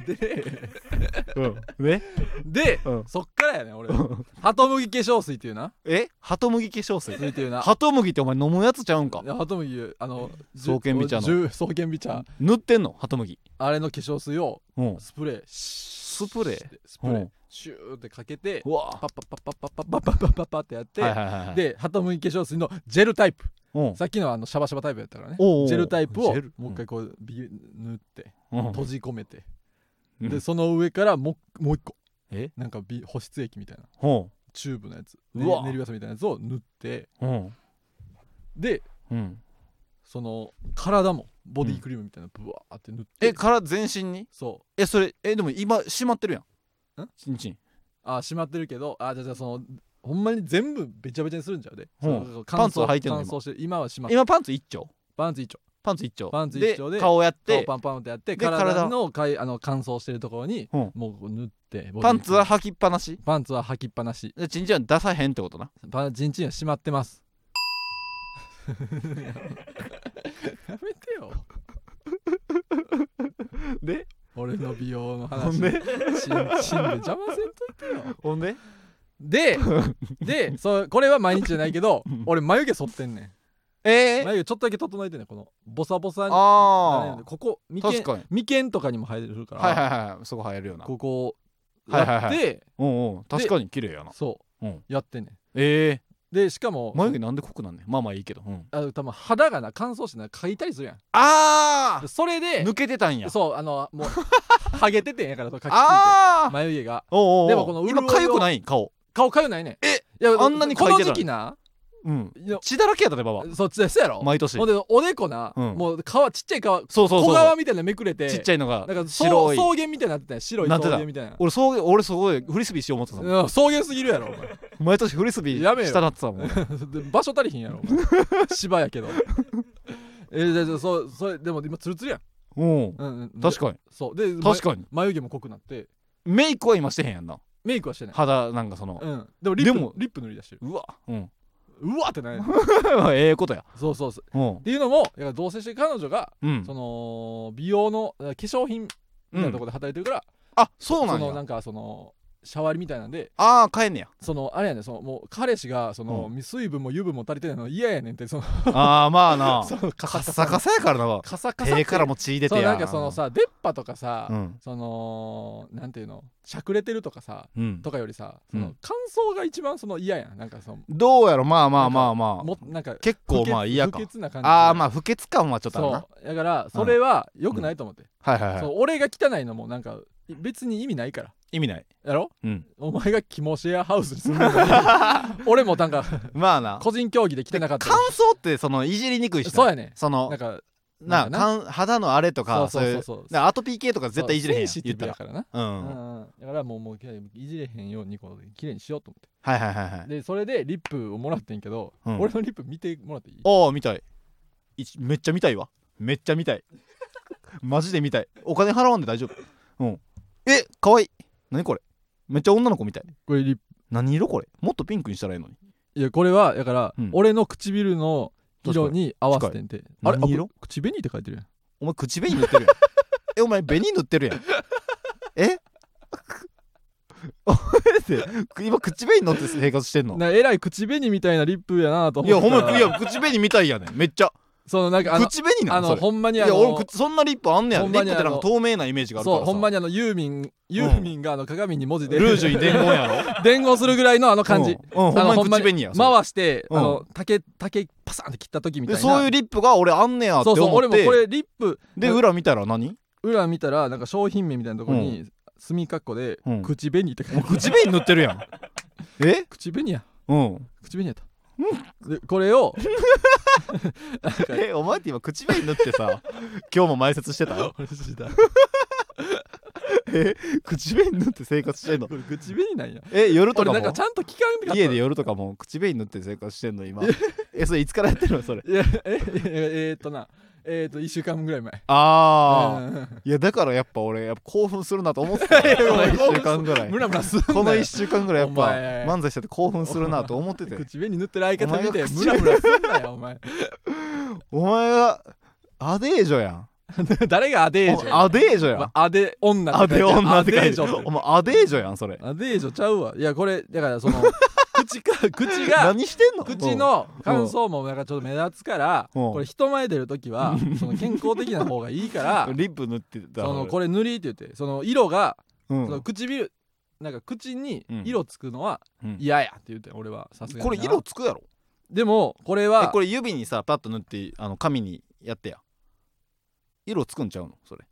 S2: で
S1: うんね
S2: で、
S1: うん
S2: そっからやね俺ハトムギ化粧水っていうな
S1: えハトムギ化粧水
S2: 水っていうな
S1: ハトムギってお前飲むやつちゃうんか
S2: いやハトムギあのじゅ
S1: 双剣美茶の
S2: じゅ双剣美茶
S1: 塗ってんのハトムギ
S2: あれの化粧水を
S1: うん
S2: スプレース
S1: スプレー
S2: スプレ
S1: う
S2: ー
S1: ん
S2: シューってかけて
S1: うわ
S2: パッパッパッパッパッパッパッパッパッパッってやって、
S1: はいはいはいはい
S2: でハトムギ化粧水のジェルタイプ
S1: うん
S2: さっきのあのシャバシャバタイプやったからね
S1: おうおう
S2: ジェルタイプを
S1: ジェル
S2: もう一回こうビュ塗って
S1: うん
S2: 閉じ込めて、
S1: うん
S2: でその上からもうもう一個
S1: え
S2: なんかビ保湿液みたいな
S1: ほ
S2: チューブのやつ、
S1: う
S2: ね
S1: わ、
S2: 練りわさみたいなやつを塗って
S1: ううん
S2: で
S1: うん
S2: その体もボディクリームみたいなブワーって塗って、
S1: えから全身に
S2: そう
S1: えそれえでも今閉まってるやん
S2: ん
S1: ちんちん
S2: あ閉まってるけどあじゃあじゃあそのほんまに全部べちゃべちゃにするんちゃうで、
S1: ほう
S2: その乾燥
S1: パンツは履いてんの
S2: 乾燥して今は閉まって
S1: 今パンツ一丁
S2: パンツ一丁
S1: パンツ一丁
S2: パンツ一丁で
S1: 顔やっ
S2: そう
S1: て
S2: パンパンってやって
S1: で体
S2: 体のかいあの乾燥してるところに
S1: うん
S2: もうこう塗ってボディクリーム
S1: パンツは履きっぱなし
S2: パンツは履きっぱなし
S1: でちんちんは出さへんってことな
S2: パンチンチンは閉まってます やめてよ
S1: で
S2: 俺の美容の
S1: ほ
S2: 話
S1: ん
S2: チンチン
S1: で
S2: で邪魔せんと
S1: ほんで
S2: ででそうこれは毎日じゃないけど
S1: うん
S2: 俺眉毛剃ってんね
S1: え
S2: ん
S1: ー、
S2: 眉毛ちょっとだけ整えてんねんこのボサボサになれるん
S1: あ
S2: でここ眉
S1: あ確
S2: 間
S1: かに
S2: 眉間とかにも生えてるから、
S1: はいはいはいそこ入るよな
S2: ここをや
S1: は
S2: っ
S1: い
S2: て、
S1: はいはいうんうん確かに綺麗やな
S2: そう、
S1: うん
S2: やってんねん
S1: え
S2: でしかも
S1: ー、眉毛なんで濃くなんねんまあまあいいけど、うん、
S2: あ多分肌がな乾燥してなかいたりするやん
S1: あ
S2: でそれで
S1: 抜けてたんや
S2: そうあのもう ハゲててんやからとかきつい
S1: あ
S2: て
S1: あ
S2: 眉毛が
S1: おうおうおう
S2: でもこの潤いを
S1: 今かゆくない顔
S2: 顔かゆないねえいや
S1: あんなにかいてたの
S2: この時期な
S1: うん
S2: いや
S1: 血だらけやったねばば
S2: そっちですやろ
S1: 毎年
S2: ほんでおでこな、
S1: うん
S2: もう皮ちっちゃい皮
S1: そ
S2: 小
S1: うそうそう
S2: 皮
S1: そう
S2: みたいなのめくれて
S1: ちっちゃいのが
S2: なんか草
S1: 白い
S2: 草原みたいになってたやん白い
S1: な
S2: 草
S1: ってた
S2: 原みたいな
S1: 俺そう俺すごいフリスビーしよう思ってたもん
S2: うん草原すぎるやろお前
S1: 毎年フリスビ
S2: や
S1: ー
S2: めよ
S1: したなってた もん
S2: で場所足りひんやろお前 芝やけどえーじゃあじゃあそうそれでも今ツルツルやん、
S1: うん
S2: うんうん、
S1: 確
S2: か
S1: かに
S2: そうで
S1: 確かに
S2: 眉眉毛も濃くなって
S1: メイクは今してへんやんな
S2: メイクはしてない、
S1: 肌なんかそ の
S2: うん、でもリップ
S1: でも
S2: リップ塗り出してる
S1: うわうん
S2: うわってない
S1: ええことや
S2: そうそうそう
S1: うん
S2: っていうのもだから同棲してる彼女が、
S1: うん
S2: その美容のだから化粧品みたいなところで働いてるから、
S1: あそうな
S2: そ
S1: ん
S2: のな
S1: や
S2: んかそのシャワリみたいなんで
S1: ああ帰んねや
S2: そのあれやねんそのもう彼氏がその、
S1: う
S2: 水分も油分も足りてないの嫌やねんってその
S1: ああまあな
S2: そのカ
S1: カッ
S2: サカ
S1: サ
S2: サ
S1: カサやからな
S2: カサカサって
S1: 手からも血出
S2: そ
S1: て
S2: う
S1: や
S2: なんかそのさ出っ歯とかさ、
S1: うん
S2: そのなんていうのしゃくれてるとかさ
S1: うん
S2: とかよりさ
S1: う
S2: そ
S1: ん
S2: の乾燥が一番その嫌やんなんかその
S1: どうやろまあまあまあまあ
S2: もなんか
S1: 結構まあ嫌か
S2: 不潔な感じ
S1: ああまあ不潔感はちょっとあるな
S2: そうだからそれは良くないと思って、
S1: はいはいは
S2: そ
S1: いう
S2: 俺が汚いのもなんか別に意味ないから
S1: 意味ない
S2: やろ
S1: うん
S2: お前がキモシェアハウスに住んでる のに俺もなんか
S1: まあな
S2: 個人競技で来てなかった
S1: 感想ってそのいじりにくいしな
S2: そうやね
S1: そ
S2: な
S1: の
S2: んか
S1: な
S2: なんかな
S1: かん肌のあれとかそ
S2: そ
S1: うう
S2: そう
S1: い
S2: そう
S1: う
S2: そう
S1: だからアトピー系とか絶対いじれへんやん
S2: そうセン
S1: 言
S2: シ
S1: っ
S2: ティ
S1: た
S2: ブ
S1: ら
S2: やからな、
S1: うん
S2: う
S1: はい
S2: んうんだからもうもういじれへんようにこう綺麗にしようと思って
S1: はいはいはい
S2: でそれでリップをもらってんけど、
S1: うん
S2: 俺のリップ見てもらっていい
S1: ああ見たいいちめっちゃ見たいわめっちゃ見たい マジで見たいお金払わんで大丈夫うんえ可愛い何これめっちゃ女の子みたい
S2: これリップ
S1: 何色これもっとピンクにしたらいいのに
S2: いやこれはだから、
S1: うん
S2: 俺の唇の色に合わせてんてあれ
S1: 何色
S2: あこれ口紅って書いてるやん
S1: お前口紅塗ってるやん えお前紅塗ってるやんえ お前って今口紅塗って生活してんの
S2: なえらい口紅みたいなリップやなと
S1: い
S2: 思
S1: や
S2: って
S1: ほん
S2: たら
S1: まいや口紅みたいやねんめっちゃ
S2: そのなんかあの
S1: 口紅な
S2: あ
S1: の
S2: の
S1: それ
S2: ほんま
S1: い
S2: にあ
S1: や
S2: の
S1: 俺口そんなリップあんねや
S2: ほ
S1: リ
S2: ん
S1: ッ
S2: ま
S1: プっ
S2: に
S1: て
S2: あの
S1: なんか透明なイメージがあるから
S2: そう
S1: さ
S2: ほんまにあのユーミンユーミンがあの鏡に文字で、
S1: ルージュに伝言やろ
S2: 伝言するぐらいのあの感じ、
S1: うん、うん、
S2: あの
S1: ほんまに口紅やそれ
S2: 回して、
S1: うん
S2: あの竹竹パサンって切った時みたい
S1: で
S2: な
S1: そういうリップが俺あんねやって
S2: そうそう
S1: 思
S2: 俺
S1: っ
S2: もこ
S1: て
S2: れリップ
S1: で裏見たら 何
S2: 裏見たらなんか商品名みたいなところに、墨かっこで、
S1: うん
S2: 口紅って書いて
S1: もう
S2: る
S1: 口紅塗ってるやんえ
S2: 口紅や
S1: うん
S2: 口紅やった、でこれを
S1: えお前って今口紅塗ってさ今日も前説してた
S2: 俺知らん
S1: え口紅塗って生活してんの
S2: これ口紅なんや
S1: え夜と
S2: 俺
S1: か
S2: な
S1: も
S2: んかちゃんと期間かった
S1: 家で夜とか も口紅塗って生活してんの今えそれいつからやってるのそれ
S2: いやええええーっとなえっ、と1週間ぐらい前
S1: ああ
S2: うん
S1: いやだからやっぱ俺やっぱ興奮するなと思ってたこ
S2: やいや
S1: の1週間ぐらい
S2: ムラムラすんなよ
S1: この1週間ぐらいやっ
S2: お
S1: ぱ
S2: 前
S1: 漫才してて興奮するなと思って て
S2: 口紅塗ってる相方見て
S1: お前が口
S2: ムラムラすんなよお前
S1: お前がアデージョやん
S2: 誰がアデージョ
S1: おアデージョや
S2: ま
S1: ん
S2: アデ女
S1: ア
S2: って書
S1: デ
S2: いてある
S1: 女って書
S2: アデ
S1: い
S2: ー
S1: て
S2: ジョっ
S1: る
S2: て
S1: お前アデージョやんそれ
S2: アデージョちゃうわいやこれだから その口か口が
S1: 何してんの
S2: 口の感想もなんかちょっと目立つから
S1: うん
S2: これ人前出る時はその健康的な方がいいか
S1: う
S2: ら
S1: んリップ塗ってた
S2: そのこ
S1: れ
S2: れ塗りって言ってその色が
S1: う
S2: その
S1: ん
S2: 唇なんか口に
S1: うん
S2: 色つくのは
S1: うん
S2: 嫌やって言うてん俺はさすがに
S1: これ
S2: な
S1: 色つくやろ
S2: でもこれ
S1: え
S2: は
S1: これ指にさパッと塗ってあの紙にやってや色つくんちゃうのそれ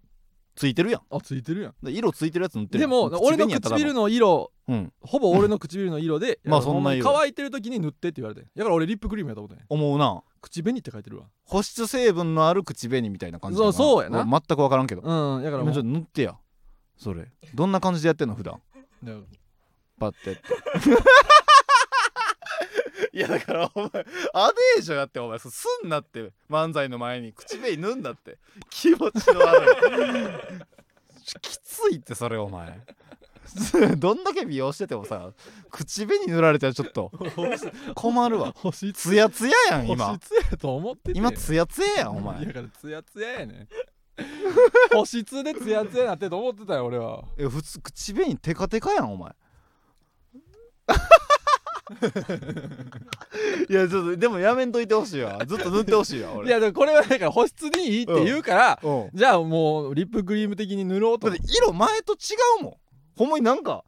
S1: ついてるやん
S2: あついてるやん
S1: で色ついてるやつ塗ってる
S2: で
S1: やん
S2: も俺
S1: 唇
S2: の
S1: にやったら
S2: 唇の色
S1: うん
S2: ほぼ俺の唇の色で
S1: まあそんな色
S2: ほまに乾いてる時に塗ってって言われてだから俺リップクリームやと思ってん
S1: 思うな
S2: 口紅って書いてるわ
S1: 保湿成分のある口紅みたいな感じだ
S2: そうそうやな
S1: 俺全く分からんけど
S2: うんだから
S1: もう
S2: もう
S1: ちょっと塗ってやそれどんな感じでやってんの普段
S2: だから
S1: パッてやって いやだからお前アデージョやってお前そうすんなって漫才の前に口紅塗んだって気持ちの悪いちょきついってそれお前 どんだけ美容しててもさ口紅塗られたらちょっと困るわ
S2: 保湿
S1: ツヤツヤやん
S2: 保
S1: 今
S2: 湿やと思ってて
S1: 今ツヤツヤやんお前
S2: だからツヤツヤやねん 保湿でツヤツヤなってと思ってたよ俺は
S1: え普通口紅テカテカやんお前 いやちょっとでもやめんといてほしいわずっと塗ってほし いわ
S2: い
S1: 俺
S2: やでもこれはだから保湿にいいって言うから、
S1: うん
S2: じゃあもうリップクリーム的に塗ろうと
S1: だっ
S2: 思って
S1: 色前と違うもんほんまになんか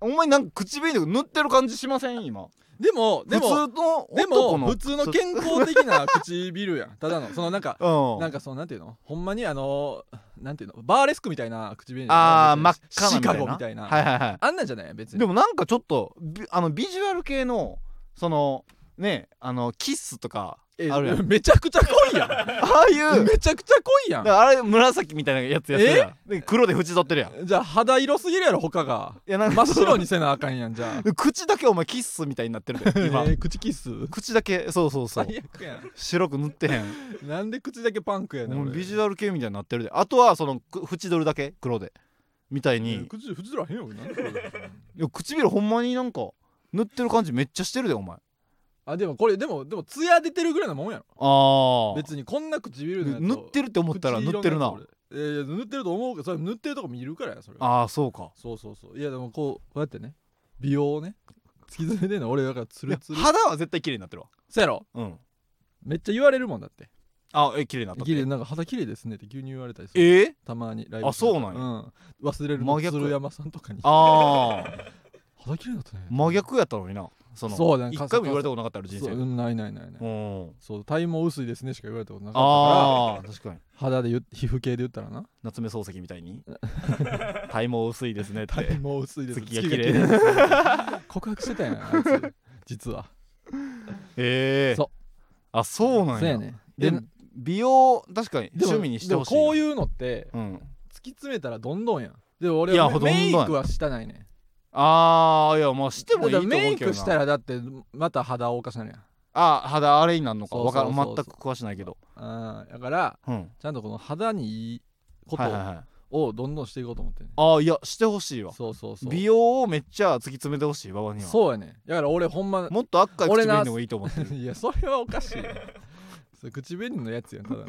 S1: ほんまになんか口紅とか塗ってる感じしません今
S2: てでもで
S1: 普通の
S2: もで
S1: 男の
S2: も普通の健康的な唇やんただのそのなんか
S1: うん
S2: なんかそのなんていうのほんまにあのなんていうのバーレスクみたいな唇
S1: あー真っ赤な
S2: シ
S1: みた
S2: カ
S1: いな
S2: ゴみたいな、
S1: はいはいは
S2: あんなんじゃない別
S1: い
S2: に
S1: でもなんかちょっとビあのビジュアル系のそのねあのキッスとか
S2: え
S1: あるやん
S2: めちゃくちゃ濃いやん
S1: ああ いう
S2: めちゃくちゃ濃いや
S1: だからあれ紫みたいなやつやってるやんで黒で縁取ってるやんい
S2: んじゃあ肌色すぎるやろ他が
S1: やなん
S2: 真
S1: か
S2: っ白にせなあかんやんじゃ あ
S1: 口だけお前キッスみたいになってるで今
S2: えー口キス
S1: 口だけそうそうそう
S2: 最悪や
S1: 白く塗ってへん
S2: んなんで口だけパンクやねん
S1: もう
S2: 俺
S1: ビジュアル系みたいになってるであとはそのく縁取るだけ黒でみたいに、
S2: えー口口らへんよなんでこれ
S1: いや唇ほんまになんか塗ってる感じめっちゃしてるでお前
S2: あでもこれでもでもツヤ出てるぐらいのもんやろ
S1: ああ
S2: 別にこんな唇のやつ
S1: 塗ってるって思ったら塗ってるな
S2: えー、いや塗ってると思うけどそれ塗ってるとこ見るからやそれは
S1: ああそうか
S2: そうそうそういやでもこうこうやってね美容をね突き詰めてんの俺だからツルツル
S1: いや肌は絶対綺麗になってるわ
S2: そやろ
S1: うん
S2: めっちゃ言われるもんだって
S1: あえ綺麗になったっ
S2: 綺麗
S1: て
S2: なんか肌綺麗ですねって急に言われたりする
S1: えー、
S2: たまにライブ
S1: あそうなんや
S2: うん、忘れるの
S1: 真逆
S2: 鶴山さんとかに
S1: ああ
S2: 肌綺麗だったね
S1: 真逆やったのになその
S2: そうだね
S1: 一回も言われたことなかったら人
S2: そ
S1: 生
S2: う
S1: で
S2: うんないないないない、
S1: うん
S2: そう体毛薄いですねしか言われたことなかったか
S1: ああ確かに
S2: ら肌で言う皮膚系で言ったらな
S1: 夏目漱石みたい に体毛薄いですねっ
S2: 体
S1: て
S2: 毛薄いです
S1: 月が綺麗
S2: 月が綺 麗です告白してたやんあいつ実は
S1: ええ
S2: そう
S1: あそうなんや
S2: そうやね
S1: で
S2: で
S1: 美容確かに
S2: でも
S1: 趣味にしてほしい
S2: でもこう
S1: いう、
S2: いうのって
S1: うん、
S2: 突き詰めたらどんどんやんでも俺
S1: いや
S2: は
S1: ほとんどや
S2: メイクはしたないね
S1: ああいやまあしてもいいと思うけどな
S2: メイクしたらだってまた肌おかしなるやん
S1: あ肌あれになるのか
S2: そうそう
S1: わ
S2: そ
S1: か
S2: う
S1: る
S2: そう
S1: 全く詳しないけど
S2: あーだから
S1: うん
S2: ちゃんとこの肌にいいこ
S1: はいはい
S2: と
S1: はい
S2: をどんどんしていこうと思ってね、
S1: ああいやしてほしいわ
S2: そうそうそう
S1: 美容をめっちゃ突き詰めてほしい馬場には
S2: そうやねだから俺ほんま
S1: もっと赤い口
S2: 俺な
S1: 紅の方がいいと思ってる
S2: いやそれはおか しいやんそれ口紅のやつやんただの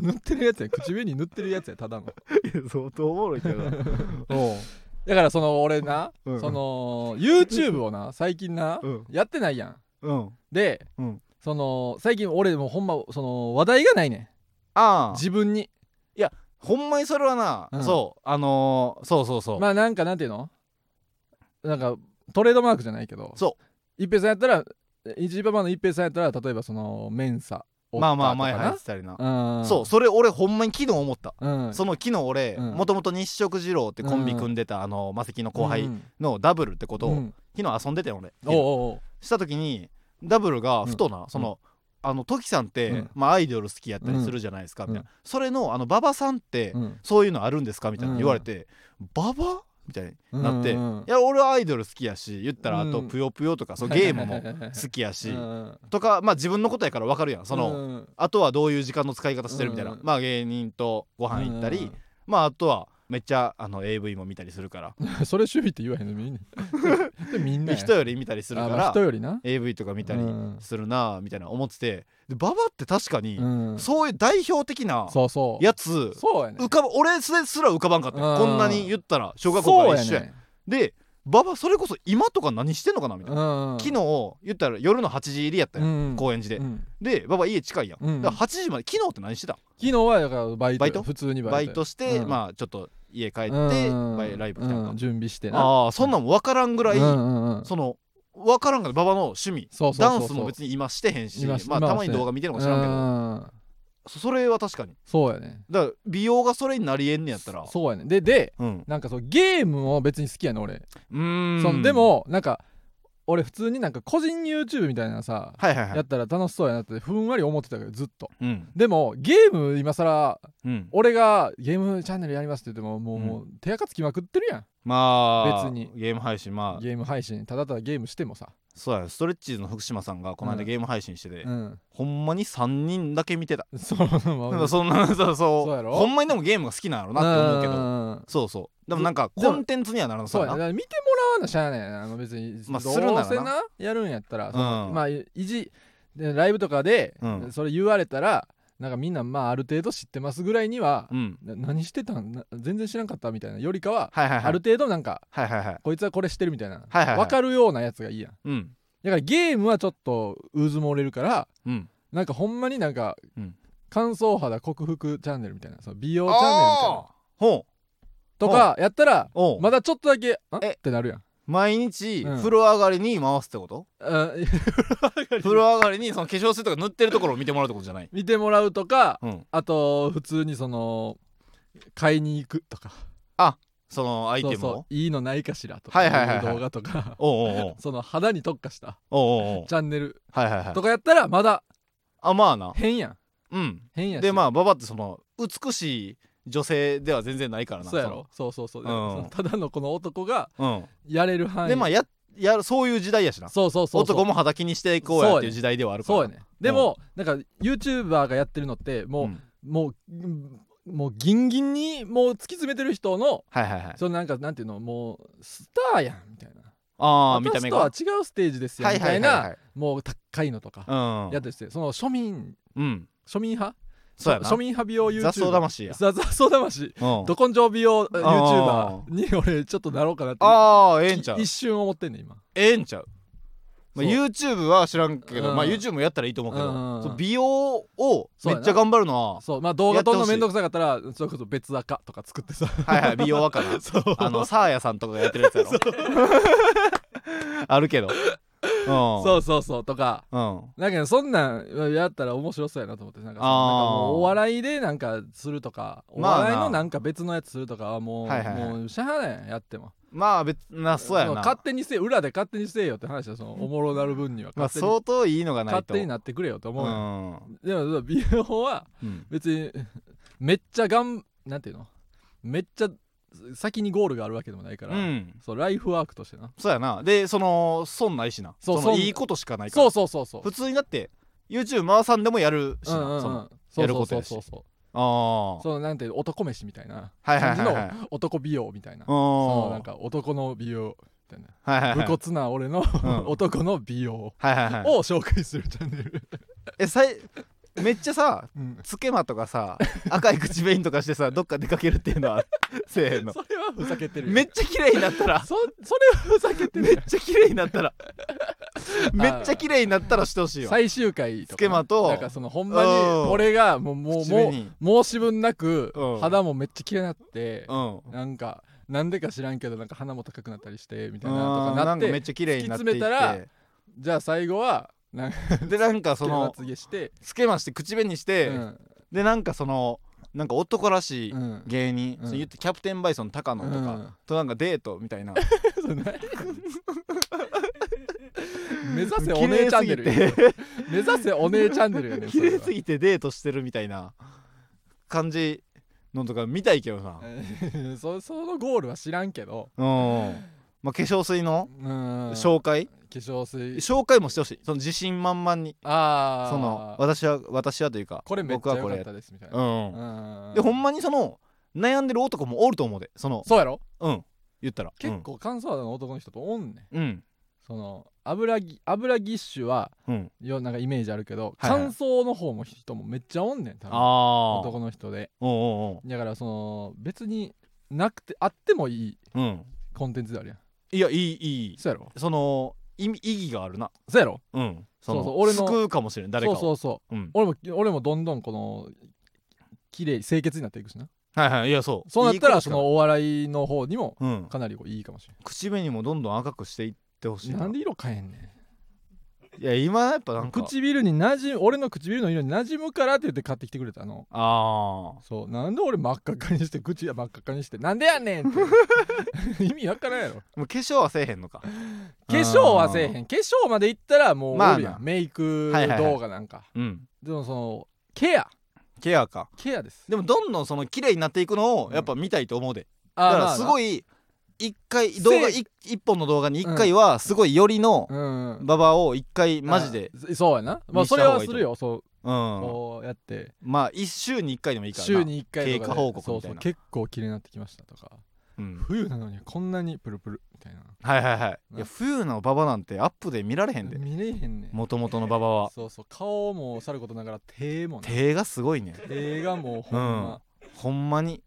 S2: 塗ってるやつやん口紅塗ってるやつやただの
S1: 相当おもろいけど
S2: だからその俺な、
S1: うん
S2: その YouTube をな最近な、
S1: うん
S2: やってないやん
S1: うん
S2: で、
S1: うん
S2: その最近俺もうほんまその話題がないねん
S1: ああ
S2: 自分に
S1: ほんまにそれはな、
S2: うん
S1: そうあのー、そうそうそう、
S2: まあなんかなんていうのなんかトレードマークじゃないけど
S1: そ
S2: 一平さんやったら一番の一平さんやったら例えばそのメンサ
S1: うまあまあ前入っ
S2: は
S1: てたりな、
S2: うん
S1: そうそれ俺ほんまに昨日思った、
S2: う、ん、
S1: その昨日俺
S2: うん
S1: もともと日食二郎ってコンビ組んでた、あのマセキの後輩
S2: うん
S1: のダブルってことを、
S2: うん
S1: 昨日遊んでたよ俺
S2: おうおうおう
S1: した時にダブルがふとな、その、あのトキさんって、
S2: うん
S1: まあ、アイドル好きやったりするじゃないですか、みたいな、それのあの馬場さんって、
S2: うん
S1: そういうのあるんですかみたいなの言われて、馬場みたいになって、い
S2: うんうんうん
S1: や俺はアイドル好きやし言ったらあと
S2: う
S1: 「
S2: ん
S1: ぷよぷよ」とか、そうゲームも好きやし、とかまあ自分のことやから分かるやんその、
S2: の
S1: あとはどういう時間の使い方してるみたいな、
S2: うん
S1: まあ芸人とご飯行ったり、まああとはめっちゃあの AV も見たりするから、
S2: それ趣味って言わへんのみんなでみんな
S1: で
S2: や
S1: 人より見たりするか
S2: あ
S1: ら、
S2: まあ人よりな
S1: AV とか見たり
S2: うん
S1: するなみたいな思っててで馬場って確かに、
S2: うん
S1: そういう代表的な
S2: そうそう
S1: やつ
S2: そうやね
S1: 浮かば俺すら浮かばんかったよ、
S2: うん
S1: こんなに言ったら小学校から一緒やん
S2: そうね
S1: で馬場それこそ今とか何してんのかなみたいな、
S2: うん
S1: 昨日言ったら夜の8時入りやったよ、
S2: うん
S1: 高円寺で、
S2: うん
S1: で馬場家近いやん、
S2: うん
S1: だから8時まで昨日って何してた
S2: 昨日はだからバイト
S1: バイト
S2: 普通にバ
S1: バ
S2: イ
S1: イ
S2: ト
S1: トして、
S2: うん
S1: まあちょっと家帰って、
S2: うん
S1: バイライブ来たんか、
S2: うん準備してな
S1: ああそんなんも分からんぐらい、
S2: うんうんうん
S1: その分からんから馬場の趣味
S2: そうそうそう
S1: ダンスも別に今してへんし
S2: 今し
S1: まあ
S2: 今は
S1: たまに動画見てるのか知らんけど、
S2: うん
S1: そそれは確かに
S2: そうやね
S1: だから美容がそれになりえんねやったら
S2: そうやねでで
S1: うん
S2: なんかそうゲームも別に好きやね俺
S1: うーん
S2: そのでもなんか俺普通になんか個人 YouTube みたいなさ
S1: はいはいは
S2: や
S1: い
S2: ったら楽しそうやなってふんわり思ってたけどずっと
S1: うん
S2: でもゲーム今更
S1: うん
S2: 俺がゲームチャンネルやりますって言ってももう,、
S1: うん
S2: もう手垢つきまくってるやん
S1: まあ
S2: 別に
S1: ゲーム配信まあ
S2: ゲーム配信ただただゲームしてもさ、
S1: そうやストレッチーズの福島さんがこの間ゲーム配信してて、
S2: うん、
S1: ほんまに3人だけ見てた、
S2: そうまあ
S1: なんかそんな そうそう
S2: そうやろ
S1: ほんまにでもゲームが好きなんやろなって思うけど
S2: うん
S1: そうそうでもなんか
S2: でも
S1: コンテンツにはならなそ
S2: そ
S1: うう
S2: や
S1: や
S2: ねだ
S1: な
S2: から見てもらわなしゃあないやなもう別に、
S1: まあ
S2: どう
S1: するならな
S2: せなやるんやったら、その
S1: うん
S2: まあいじでライブとかで、
S1: うん
S2: それ言われたらなんかみんなまあある程度知ってますぐらいには、
S1: うん
S2: な何してたんな全然知らんかったみたいなよりかは、
S1: はいはいは
S2: ある
S1: い
S2: 程度なんか
S1: はいはいはい
S2: こいつはこれしてるみたいな、
S1: はいはい
S2: 分かるようなやつがいいやん
S1: うん
S2: だからゲームはちょっとうずもれるから
S1: うん
S2: なんかほんまになんか、
S1: うん
S2: 乾燥肌克服チャンネルみたいなその美容チャンネルみたいな
S1: ああほう
S2: とかやったら
S1: おう
S2: まだちょっとだけあっ
S1: え
S2: てなるやん
S1: 毎日
S2: うん
S1: 風呂上がりに回すって こと、
S2: うん
S1: 風呂上がりにその化粧水とか塗ってるところを見てもらうってことじゃない
S2: 見てもらうとか
S1: うん
S2: あと普通にその買いに行くとか
S1: そのアイテム
S2: そう
S1: を
S2: そういいのないかしらとか
S1: はいはいはいはい
S2: いう動画とか
S1: おうおうおう
S2: その肌に特化した
S1: おうおうおう
S2: チャンネル
S1: はいはいはい
S2: とかやったらまだ
S1: あまあな
S2: 変やん
S1: うん
S2: 変やし
S1: でまあババってその美しい女性では全然ないからな
S2: そうやろそうそうそう、
S1: うん
S2: だからそのただのこの男が
S1: その
S2: やれる
S1: う
S2: 範
S1: ん
S2: 囲
S1: でまあややそういう時代やしな
S2: そうそうそうそう
S1: 男も裸気にしていこうやっていう時代ではあるから
S2: そうやねでも、なんか YouTuber がやってるのってもう、
S1: うん
S2: もうんもうギンギンにもう突き詰めてる人の
S1: はいはいはい
S2: そのなんかなんていうのもうスターやんみたいな
S1: ああ見た
S2: 私
S1: 目
S2: と
S1: が
S2: は違うステージですよみたいな
S1: はい
S2: もう高いのとか
S1: はい
S2: や
S1: う
S2: ってしてその庶民
S1: んうん
S2: 庶民派
S1: そうやな
S2: 庶民派美容 YouTuber
S1: 雑草魂や
S2: 雑雑草魂
S1: うん
S2: ど根性美容え
S1: あ
S2: YouTuber に俺ちょっとなろうかなって
S1: ああええんちゃう
S2: い一瞬思ってんねん今
S1: ええんちゃうまあ、
S2: そう
S1: YouTube は知らんけど、
S2: うん
S1: まあ、YouTube もやったらいいと思うけど、
S2: うん
S1: そう美容をめっちゃ頑張るのは、
S2: そうまあ動画撮るのめんどくさかったらそれこそ別赤とか作っ てさ
S1: はいはい美容はかな
S2: そう
S1: あのサーヤさんとかがやってるやつやろ あるけど、うん、
S2: そうそうそうとか
S1: うん、
S2: だけどそんなんやったら面白そうやなと思ってなんかその
S1: あ
S2: なん
S1: ー
S2: かもうお笑いでなんかするとかお
S1: まあな
S2: 笑いのなんか別のやつするとかはもう,、
S1: はいはいはい
S2: もうしゃあないやんやっても
S1: まあ別なそうやな
S2: 勝手にせえ裏で勝手にせえよって話はそのおもろなる分には
S1: まあ、
S2: 勝手に,、
S1: 相当いいのがないと
S2: 勝手になってくれよと思うやん、
S1: う
S2: でも美容は
S1: ん、うん、
S2: 別にめっちゃがんなんていうのめっちゃ先にゴールがあるわけでもないから、
S1: うん
S2: そうライフワークとしてな
S1: そうやなでその損ないしな
S2: そう
S1: その
S2: 損
S1: いいことしかないから
S2: そうそうそうそう
S1: 普通にだって YouTube 回さんでもやるし
S2: うん
S1: な、
S2: うんうん
S1: その
S2: そ
S1: や
S2: う
S1: る
S2: そ
S1: こと
S2: うそ
S1: や
S2: う
S1: し
S2: そうそう
S1: あ
S2: そうなんていう男飯みたいな
S1: はいは
S2: 感
S1: い
S2: じ
S1: はいはい
S2: の男美容みたいな、
S1: あ
S2: そうな
S1: は
S2: んか男の美容みたいな、
S1: いはいはい
S2: 武骨な俺の、
S1: ん
S2: 男の美容
S1: はいはいはい
S2: を紹介するチャンネル、
S1: えさいめっちゃさ
S2: うん
S1: つけまとかさ赤い口紅とかしてさどっか出かけるっていうのは せえへんの
S2: それはふざけてるよ
S1: めっちゃ綺麗になったら
S2: そそれはふざけてる
S1: め
S2: よ
S1: っちゃ綺麗になった らめっちゃ綺麗になったらしてほしいよ
S2: 最終回とか
S1: つけまと
S2: なんかそのほんまに
S1: うん
S2: 俺がもうもう
S1: 口
S2: も
S1: 紅
S2: う申し分なく
S1: うん
S2: 肌もめっちゃ綺麗になって
S1: うん
S2: なんかなんでか知らんけどなんか鼻も高くなったりしてみたいな
S1: あ
S2: と
S1: ー
S2: かな
S1: なん
S2: っ
S1: かめってちゃ綺麗になっていって
S2: 突き詰めじゃあ最後はなんか
S1: でなんかそ
S2: その
S1: の
S2: つげして、
S1: つけまして口紅にして、
S2: うん
S1: でなんかそのなんか男らしい
S2: うん
S1: 芸人、
S2: うん
S1: そう言ってキャプテンバイソン高野とか、
S2: うん
S1: となんかデートみたいな
S2: そんな目指せお
S1: 綺
S2: 姉
S1: 麗
S2: チャ
S1: す
S2: ン
S1: ぎ
S2: ネルや
S1: て
S2: 目 指せお姉チャンネルやねんそ
S1: 綺
S2: れ
S1: 麗
S2: は
S1: すぎてデートしてるみたいな感じのとか見たいけどな
S2: そそのゴールは知らんけど
S1: うんまあ化粧水の
S2: うん
S1: 紹介
S2: 化粧水
S1: 紹介もしてほしいその自信満々に
S2: ああ
S1: その私は私はというか
S2: これめっち
S1: 僕
S2: ゃ
S1: は
S2: 良
S1: こ
S2: か
S1: れ
S2: ったですみたいな
S1: うん
S2: うん
S1: でほんまにその悩んでる男もおると思うでその
S2: そうやろ
S1: うん言ったら
S2: 結構乾燥肌の男の人とおんねん
S1: うん
S2: その油ぎ油ぎっしゅは
S1: うん
S2: よなんかイメージあるけど
S1: はいはい
S2: 乾燥の方も人もめっちゃおんねん多分
S1: ああ
S2: 男の人で
S1: うんうん
S2: だからその別になくてあってもいい
S1: うんうん
S2: コンテンツであるやん
S1: いやいいいい
S2: そうやろ
S1: その意味意義があるな
S2: そうやろ
S1: うんそ
S2: そう
S1: の
S2: そう俺の
S1: 救うかもしれん誰か
S2: そう
S1: を
S2: そうそう
S1: うん
S2: 俺も俺もどんどんこの綺麗清潔になっていくしな
S1: はいはいいやそう
S2: そうなった
S1: い
S2: ら
S1: い子し
S2: そ
S1: かない
S2: のお笑いの方にも
S1: うん
S2: かなりこういいかもしれ
S1: 口紅もどんどん赤くしていってほしい
S2: ん
S1: な
S2: なんで色変えんねん
S1: いや今やっぱなんか
S2: 唇になじむ俺の唇の色になじむからって言って買ってきてくれたの
S1: ああ
S2: そうなんで俺真っ赤っかにして口は真っ赤っかにしてなんでやねんっ て意味わからんやろ
S1: もう化粧はせえへんのか
S2: 化粧はせえへん化粧までいったらもう
S1: まあな
S2: おるやん、メイク
S1: はいはいはい
S2: 動画なんか、
S1: うん
S2: でもそのケア
S1: ケアか
S2: ケアです
S1: でもどんどんその綺麗になっていくのをやっぱ見たいと思うで、
S2: あ
S1: だ
S2: ー
S1: か
S2: ま
S1: ら
S2: あ
S1: す
S2: い
S1: ごい一回動画
S2: せ
S1: 一一本の動画に一回はすごいよりの
S2: うん
S1: 馬場を一回マジで、
S2: あそうやなまあ
S1: 見せ
S2: そ
S1: た
S2: れ
S1: 方が
S2: はい
S1: いと思う
S2: するよそう
S1: うん、
S2: こうやって
S1: まあ一週に一回でもいいからな
S2: 週、に1回とかで
S1: 経過報告みたいな
S2: そうそう結構綺麗になってきましたとか
S1: うん、
S2: 冬なのにこんなにプルプルみたいな
S1: はいはいはいい
S2: な
S1: や冬の馬場なんてアップで見られへんで
S2: 見れへんねん
S1: もともとの馬場は
S2: そうそう顔もさることながら手もね
S1: 手がすごいね
S2: 手がもうほんま、
S1: うんほんまに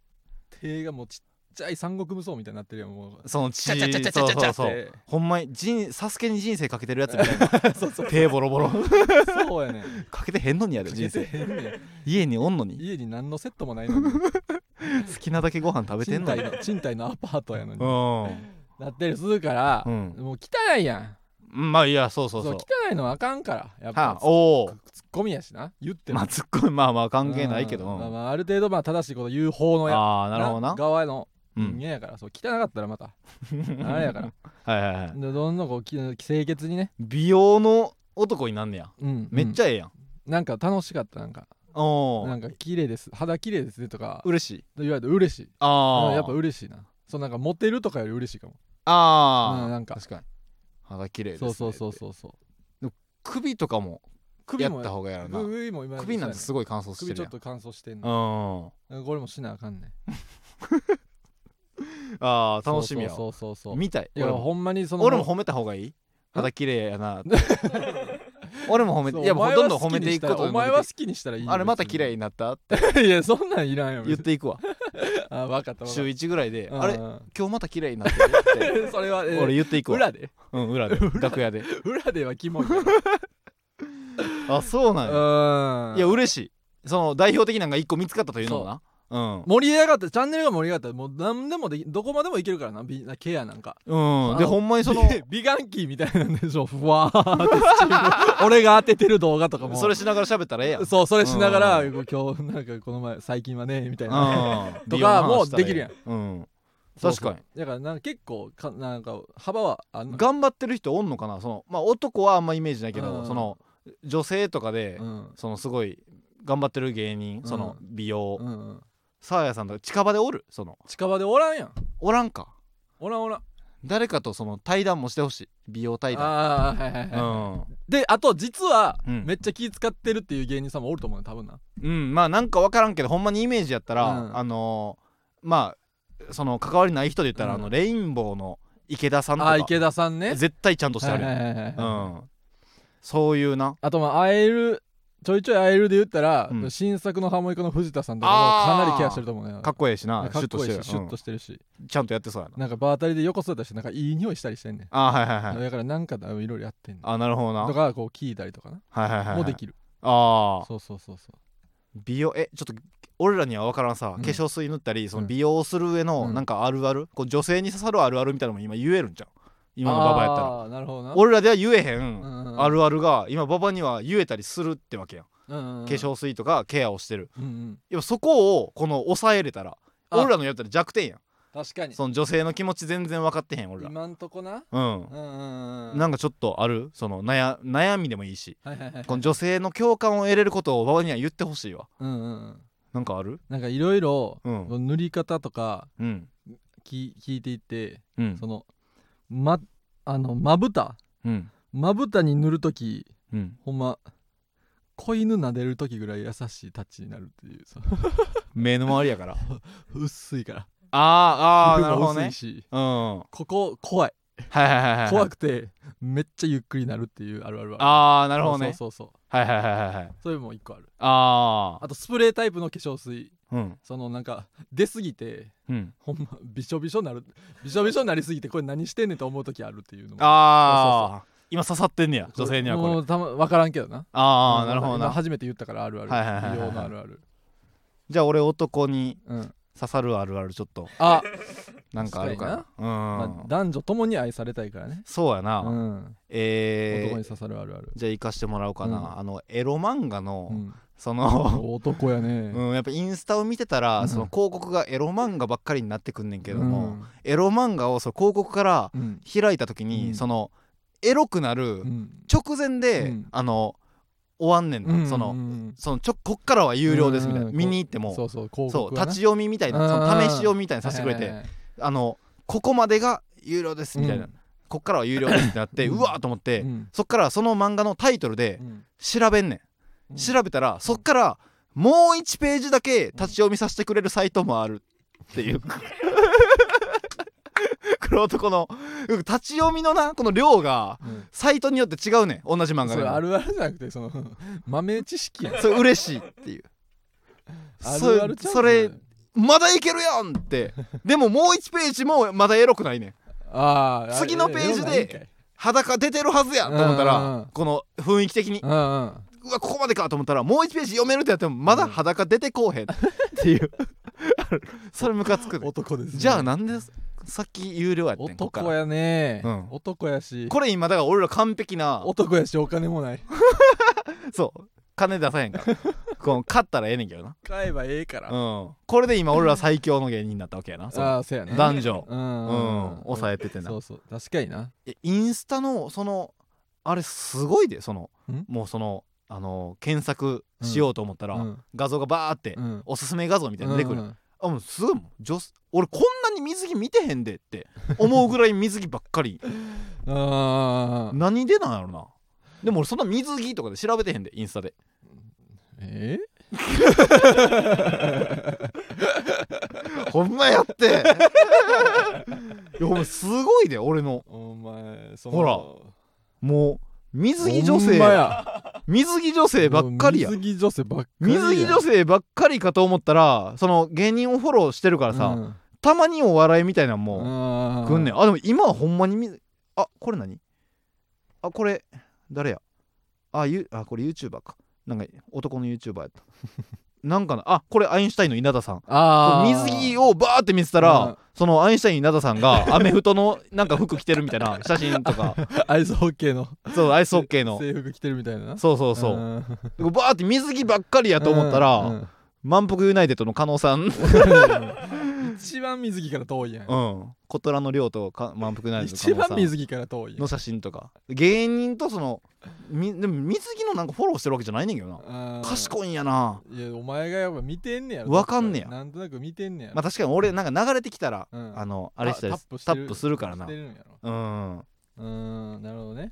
S2: 手がもうちっちゃい三国無双みたいになってるやんもう
S1: そのち
S2: ちゃちゃちゃちゃちゃ
S1: そう
S2: ち
S1: そ
S2: ゃ
S1: う
S2: っ
S1: そう
S2: て
S1: ほんまに人サスケに人生かけてるやつみたいな
S2: そうそう
S1: 手ボロボロ
S2: そうやねん
S1: かけてへんのにやで人
S2: 人生
S1: 生
S2: 変ね
S1: 家におんの
S2: ん
S1: に
S2: 家に何のセットもないのに
S1: 好きなだけご飯食べてんの
S2: 賃貸
S1: に
S2: の賃貸のアパートやのに
S1: う
S2: なってるするから
S1: うん
S2: もう汚いやん
S1: んまあいやそうそそ
S2: そう
S1: うう
S2: 汚いのはあかんからやっ
S1: はあ
S2: ぱ
S1: おお
S2: ツッコミやしな言っても
S1: まあツッコミまあまあ関係ないけど
S2: うんまあ
S1: うん
S2: まあある程度まあ正しいこと言う方のや
S1: ああなるほどな
S2: 側の
S1: う
S2: 人
S1: ん
S2: 間やからそう汚かった らまたあれやから
S1: はいはいはい
S2: でどんどんこうき清潔にね
S1: 美容の男になんねや
S2: うん
S1: めっち
S2: ゃ
S1: ゃええやん
S2: なんか楽しかったなんか
S1: お
S2: な
S1: お
S2: んか綺麗です肌綺麗ですねとか
S1: 嬉しい
S2: 言われて嬉しい
S1: ああ
S2: うんやっぱ嬉しいなそうなんかモテるとかより嬉しいかも
S1: ああ
S2: うんなんか
S1: 確かに肌綺麗です
S2: そう
S1: ね
S2: そうそうそうそう
S1: 首とかも
S2: 首
S1: や
S2: も
S1: った方がやるな
S2: 首も今
S1: 首なんてすごい乾燥して
S2: 首
S1: る
S2: ちょ
S1: や
S2: っ
S1: ん
S2: と乾燥してん
S1: う
S2: の
S1: ん
S2: これもしなあかんねん
S1: ああ楽しみやわ
S2: そうそうそうそう
S1: 見たい
S2: いや
S1: 俺も
S2: ほんまにその
S1: 俺も褒めた方がいい肌綺麗やなって 俺も褒めて
S2: そう
S1: いや
S2: お
S1: もう
S2: 前
S1: どん
S2: は
S1: どん褒めていくこと
S2: 好きにしたらお前は好きにしたらいいよ
S1: あれまた
S2: 別
S1: 綺麗になったって
S2: に いやそんなんいらんよ
S1: 言っ
S2: 別に
S1: ていくわ
S2: あ分かった
S1: 週
S2: 分
S1: 1ぐらいで
S2: かった
S1: あれ
S2: うん
S1: 今日また綺麗になってるっ
S2: それはえ
S1: て
S2: ー
S1: 俺言っていくわ
S2: 裏で
S1: うん裏で楽屋で
S2: 裏ではキモいから
S1: あそうなんや
S2: うん
S1: いや嬉しいその代表的なんが1個見つかったというのもなうん
S2: 盛り上がってチャンネルが盛り上がったらもう何でもできどこまでもいけるからな美ケアなんか
S1: うんで
S2: あ
S1: ほんまにその
S2: 美顔器みたいなんでしょふわーってスチーム俺が当ててる動画とかも
S1: それしながら喋ったらええやん
S2: そうそれしながら
S1: う
S2: 今日なんかこの前最近はねみたいな
S1: うん
S2: とか
S1: 美容の話したらええ
S2: もうできるやん
S1: うん
S2: そう
S1: 確
S2: そう
S1: かに
S2: だからなんか結構かなんか幅はあんの
S1: 頑張ってる人おんのかなそのまあ男はあんまイメージないけ
S2: う
S1: ど
S2: ん
S1: その女性とかで
S2: うん
S1: そのすごい頑張ってる芸人
S2: ん
S1: その美容
S2: うんうん
S1: サーヤさんとか近場でおるその
S2: 近場でおらんやん
S1: おらんか
S2: おらんおらん
S1: 誰かとその対談もしてほしい美容対談
S2: あーはいはいうはい
S1: ん
S2: であと実は
S1: うん
S2: めっちゃ気使ってるっていう芸人さんもおると思うよ多分な
S1: うんまあなんか分からんけどほんまにイメージやったら、
S2: うん
S1: あのーまあその関わりない人で言ったら、
S2: うん
S1: あのレインボーの池田さんと
S2: あ
S1: か
S2: ー池田さんね
S1: 絶対ちゃんとしてある、
S2: はいはいはいはい
S1: うんそういうな
S2: あとまあ会えるちょいちょい会えるで言ったら、
S1: うん
S2: 新作のハモリカの藤田さんとかもかなりケアしてると思うね
S1: かっこええしな
S2: かっこい
S1: シ
S2: い
S1: ュッと
S2: し
S1: し
S2: シ
S1: て
S2: ュ
S1: る
S2: ッとしてるし、
S1: うんちゃんとやってそうやな
S2: なんかバータリで横座ったりしてなんかいい匂いしたりしてんねん、
S1: あーはいはいはい
S2: だからなんかいろいろやってんねん
S1: あなるほどな
S2: とかこう聞いたりとかな
S1: はいはいはいはい
S2: もうできる
S1: ああ
S2: そうそうそうそう
S1: 美容えちょっと俺らには分からんさ、
S2: うん
S1: 化粧水塗ったりその
S2: うん
S1: 美容する上の
S2: うん
S1: なんかあるある、こう女性に刺さるあるあるみたいなのも今言えるんじゃん今のババやったら
S2: らなるほどな
S1: 俺らでは言えへん、
S2: うんうんうん
S1: あるあるが今ババには言えたりするってわけやん、
S2: うんうんうん
S1: 化粧水とかケアをしてる
S2: うんうん
S1: やっぱそこをこの抑えれたら
S2: あ
S1: 俺らのやったら弱点やん
S2: 確かに
S1: その女性の気持ち全然分かってへん俺ら
S2: 今んとこな
S1: うん
S2: うんうんうん
S1: なんかちょっとあるその悩悩みでもいいし
S2: はいはいはい
S1: この女性の共感を得れることをババには言ってほしいわ
S2: うんうんうん
S1: なんかある
S2: なんかいろいろ
S1: うん
S2: 塗り方とか
S1: うん
S2: き聞いていって
S1: うん
S2: そのまあのまぶた
S1: うん
S2: まぶたに塗るとき
S1: うん
S2: ほんま子犬撫でるときぐらい優しいタッチになるっていうその
S1: 目の周りやから
S2: 薄いから
S1: あーあー
S2: 服
S1: なる
S2: も
S1: ほど
S2: 薄
S1: ね
S2: いし
S1: うんは
S2: ここ怖い
S1: いはいはいはい
S2: 怖くてめっちゃゆっくりなるっていうあるあるある
S1: ああなるほどね
S2: そうそうそう
S1: はいはいはいはいはい
S2: それも一個ある
S1: ああ
S2: あとスプレータイプの化粧水
S1: うん
S2: そのなんか出すぎて
S1: うん
S2: ほんまびしょびしょなるびしょびしょになりすぎてこれ何してんねんと思う時あるっていうのも
S1: ああ今刺さってんねや女性にはこれ
S2: もうたま分からんけどな
S1: あ
S2: う
S1: あ
S2: ん
S1: なるほど
S2: 今
S1: な
S2: 初めて言ったからあるある
S1: はいはいはいはい
S2: 美容のあるある
S1: じゃあ俺男に
S2: うん
S1: 刺さるあるあるちょっと
S2: あ、
S1: なんかあるかな
S2: ま
S1: う
S2: あ
S1: ん
S2: 男女ともに愛されたいからね
S1: そうやな、
S2: うん
S1: え
S2: 男に
S1: ー、
S2: 刺さるあるある
S1: じゃあ行かしてもらおうかな、
S2: うん
S1: あのエロ漫画の、
S2: うん
S1: そ の、
S2: 男やね
S1: うん、やっぱインスタを見てたら、
S2: うん
S1: その広告がエロ漫画ばっかりになってくんねんけども、
S2: うん
S1: エロ漫画をその広告から
S2: うん
S1: 開いた時に、
S2: うん
S1: そのエロくなる
S2: うん
S1: 直前で、
S2: うん
S1: あの終わんねんな、
S2: うん
S1: その
S2: うん
S1: そのちょこっからは有料ですみたいな、
S2: うん
S1: 見に行っても
S2: そうそう広
S1: そう
S2: 告
S1: 立ち読みみたいな
S2: うん
S1: その試し読みみたいにさ
S2: さ
S1: せてくれてあのここまでが有料ですみたいな、こっからは有料ですってなって
S2: うん
S1: うわーと思って、そっからその漫画のタイトルで調べんねん調べたらそっからもう1ページだけ立ち読みさせてくれるサイトもあるって いう黒男の立ち読みのなこの量が
S2: うん
S1: サイトによって違うねん同じ漫画
S2: そ
S1: で
S2: れ
S1: も
S2: あるあるじゃなくてその 豆知識やん
S1: それ嬉しいっていう
S2: あるあるち
S1: そ
S2: ゃ
S1: うそれまだいけるやんってでももう1ページもまだエロくないねん
S2: あーあ
S1: 次のページで
S2: ええええなんかいいんかい
S1: 裸出てるはずやんと思った
S2: うんうんう
S1: ら
S2: ん
S1: この雰囲気的に
S2: うんうん
S1: うわここまでかと思ったらもう1ページ読めるってやってもまだ裸出てこうへんっていう それムカつくで
S2: 男ですね
S1: じゃあなんでさっき有料やってんこっか
S2: 男
S1: ら
S2: やね
S1: うん
S2: 男やし
S1: これ今だから俺ら完璧な
S2: 男やしお金もない
S1: そう金出さへんからこの勝ったらええねんけどな
S2: 買えばええから
S1: うんこれで今俺ら最強の芸人になったわけやなそう
S2: ああそうやね
S1: 男女
S2: う
S1: うんん抑えててな
S2: そうそう確かにな
S1: えインスタのそのあれすごいでその
S2: ん
S1: もうそのあの検索しようと思ったら、
S2: うん
S1: 画像がバーって、
S2: うん
S1: おすすめ画像みたいなの出てくる、
S2: うん
S1: あもうすごいもん女子俺こんなに水着見てへんでって思うぐらい水着ばっか り
S2: あー
S1: 何でなんやろなでも俺そんな水着とかで調べてへんでインスタで
S2: え
S1: ほんまやっていやお前す ごいで俺の
S2: お前そ
S1: ほらもう水着女性水着女性ばっかりや
S2: 水着女性ばっかり
S1: 水着女
S2: 性
S1: 性ばっかりかと思ったらその芸人をフォローしてるからさ、たまにお笑いみたいなのも
S2: も
S1: 来んねんあでも今はほんまにみあこれ何あこれ誰やあゆあこれ YouTuber かなんか男の YouTuber やった なんかなあこれアインシュタインの稲田さん
S2: あー
S1: 水着をバーって見てた
S2: うん
S1: らそのアインシュタイン稲田さん がアメフトのなんか服着てるみたいな写真とか
S2: アイスホッケーの
S1: そうアイスホッケーの
S2: 制服着てるみたいなな
S1: そうそうそうバーって水着ばっかりやと思った
S2: うん
S1: ら満腹ユナイテッドの加納さん
S2: うん一番水着から遠いやん
S1: うん、小虎の亮とか満腹なる
S2: 一番水着から遠いやん
S1: の写真とか芸人とそのみでも水着のなんかフォローしてるわけじゃないねんけどな
S2: あー
S1: 賢いんやな、
S2: いやお前がやっぱ見てんねやろ
S1: わかんねや
S2: なんとなく見てんねやろ
S1: まあ、確かに俺なんか流れてきたら、
S2: うん
S1: あのあれしたり
S2: あ
S1: タップするからな
S2: してるんやろ
S1: うん
S2: うーんなるほどね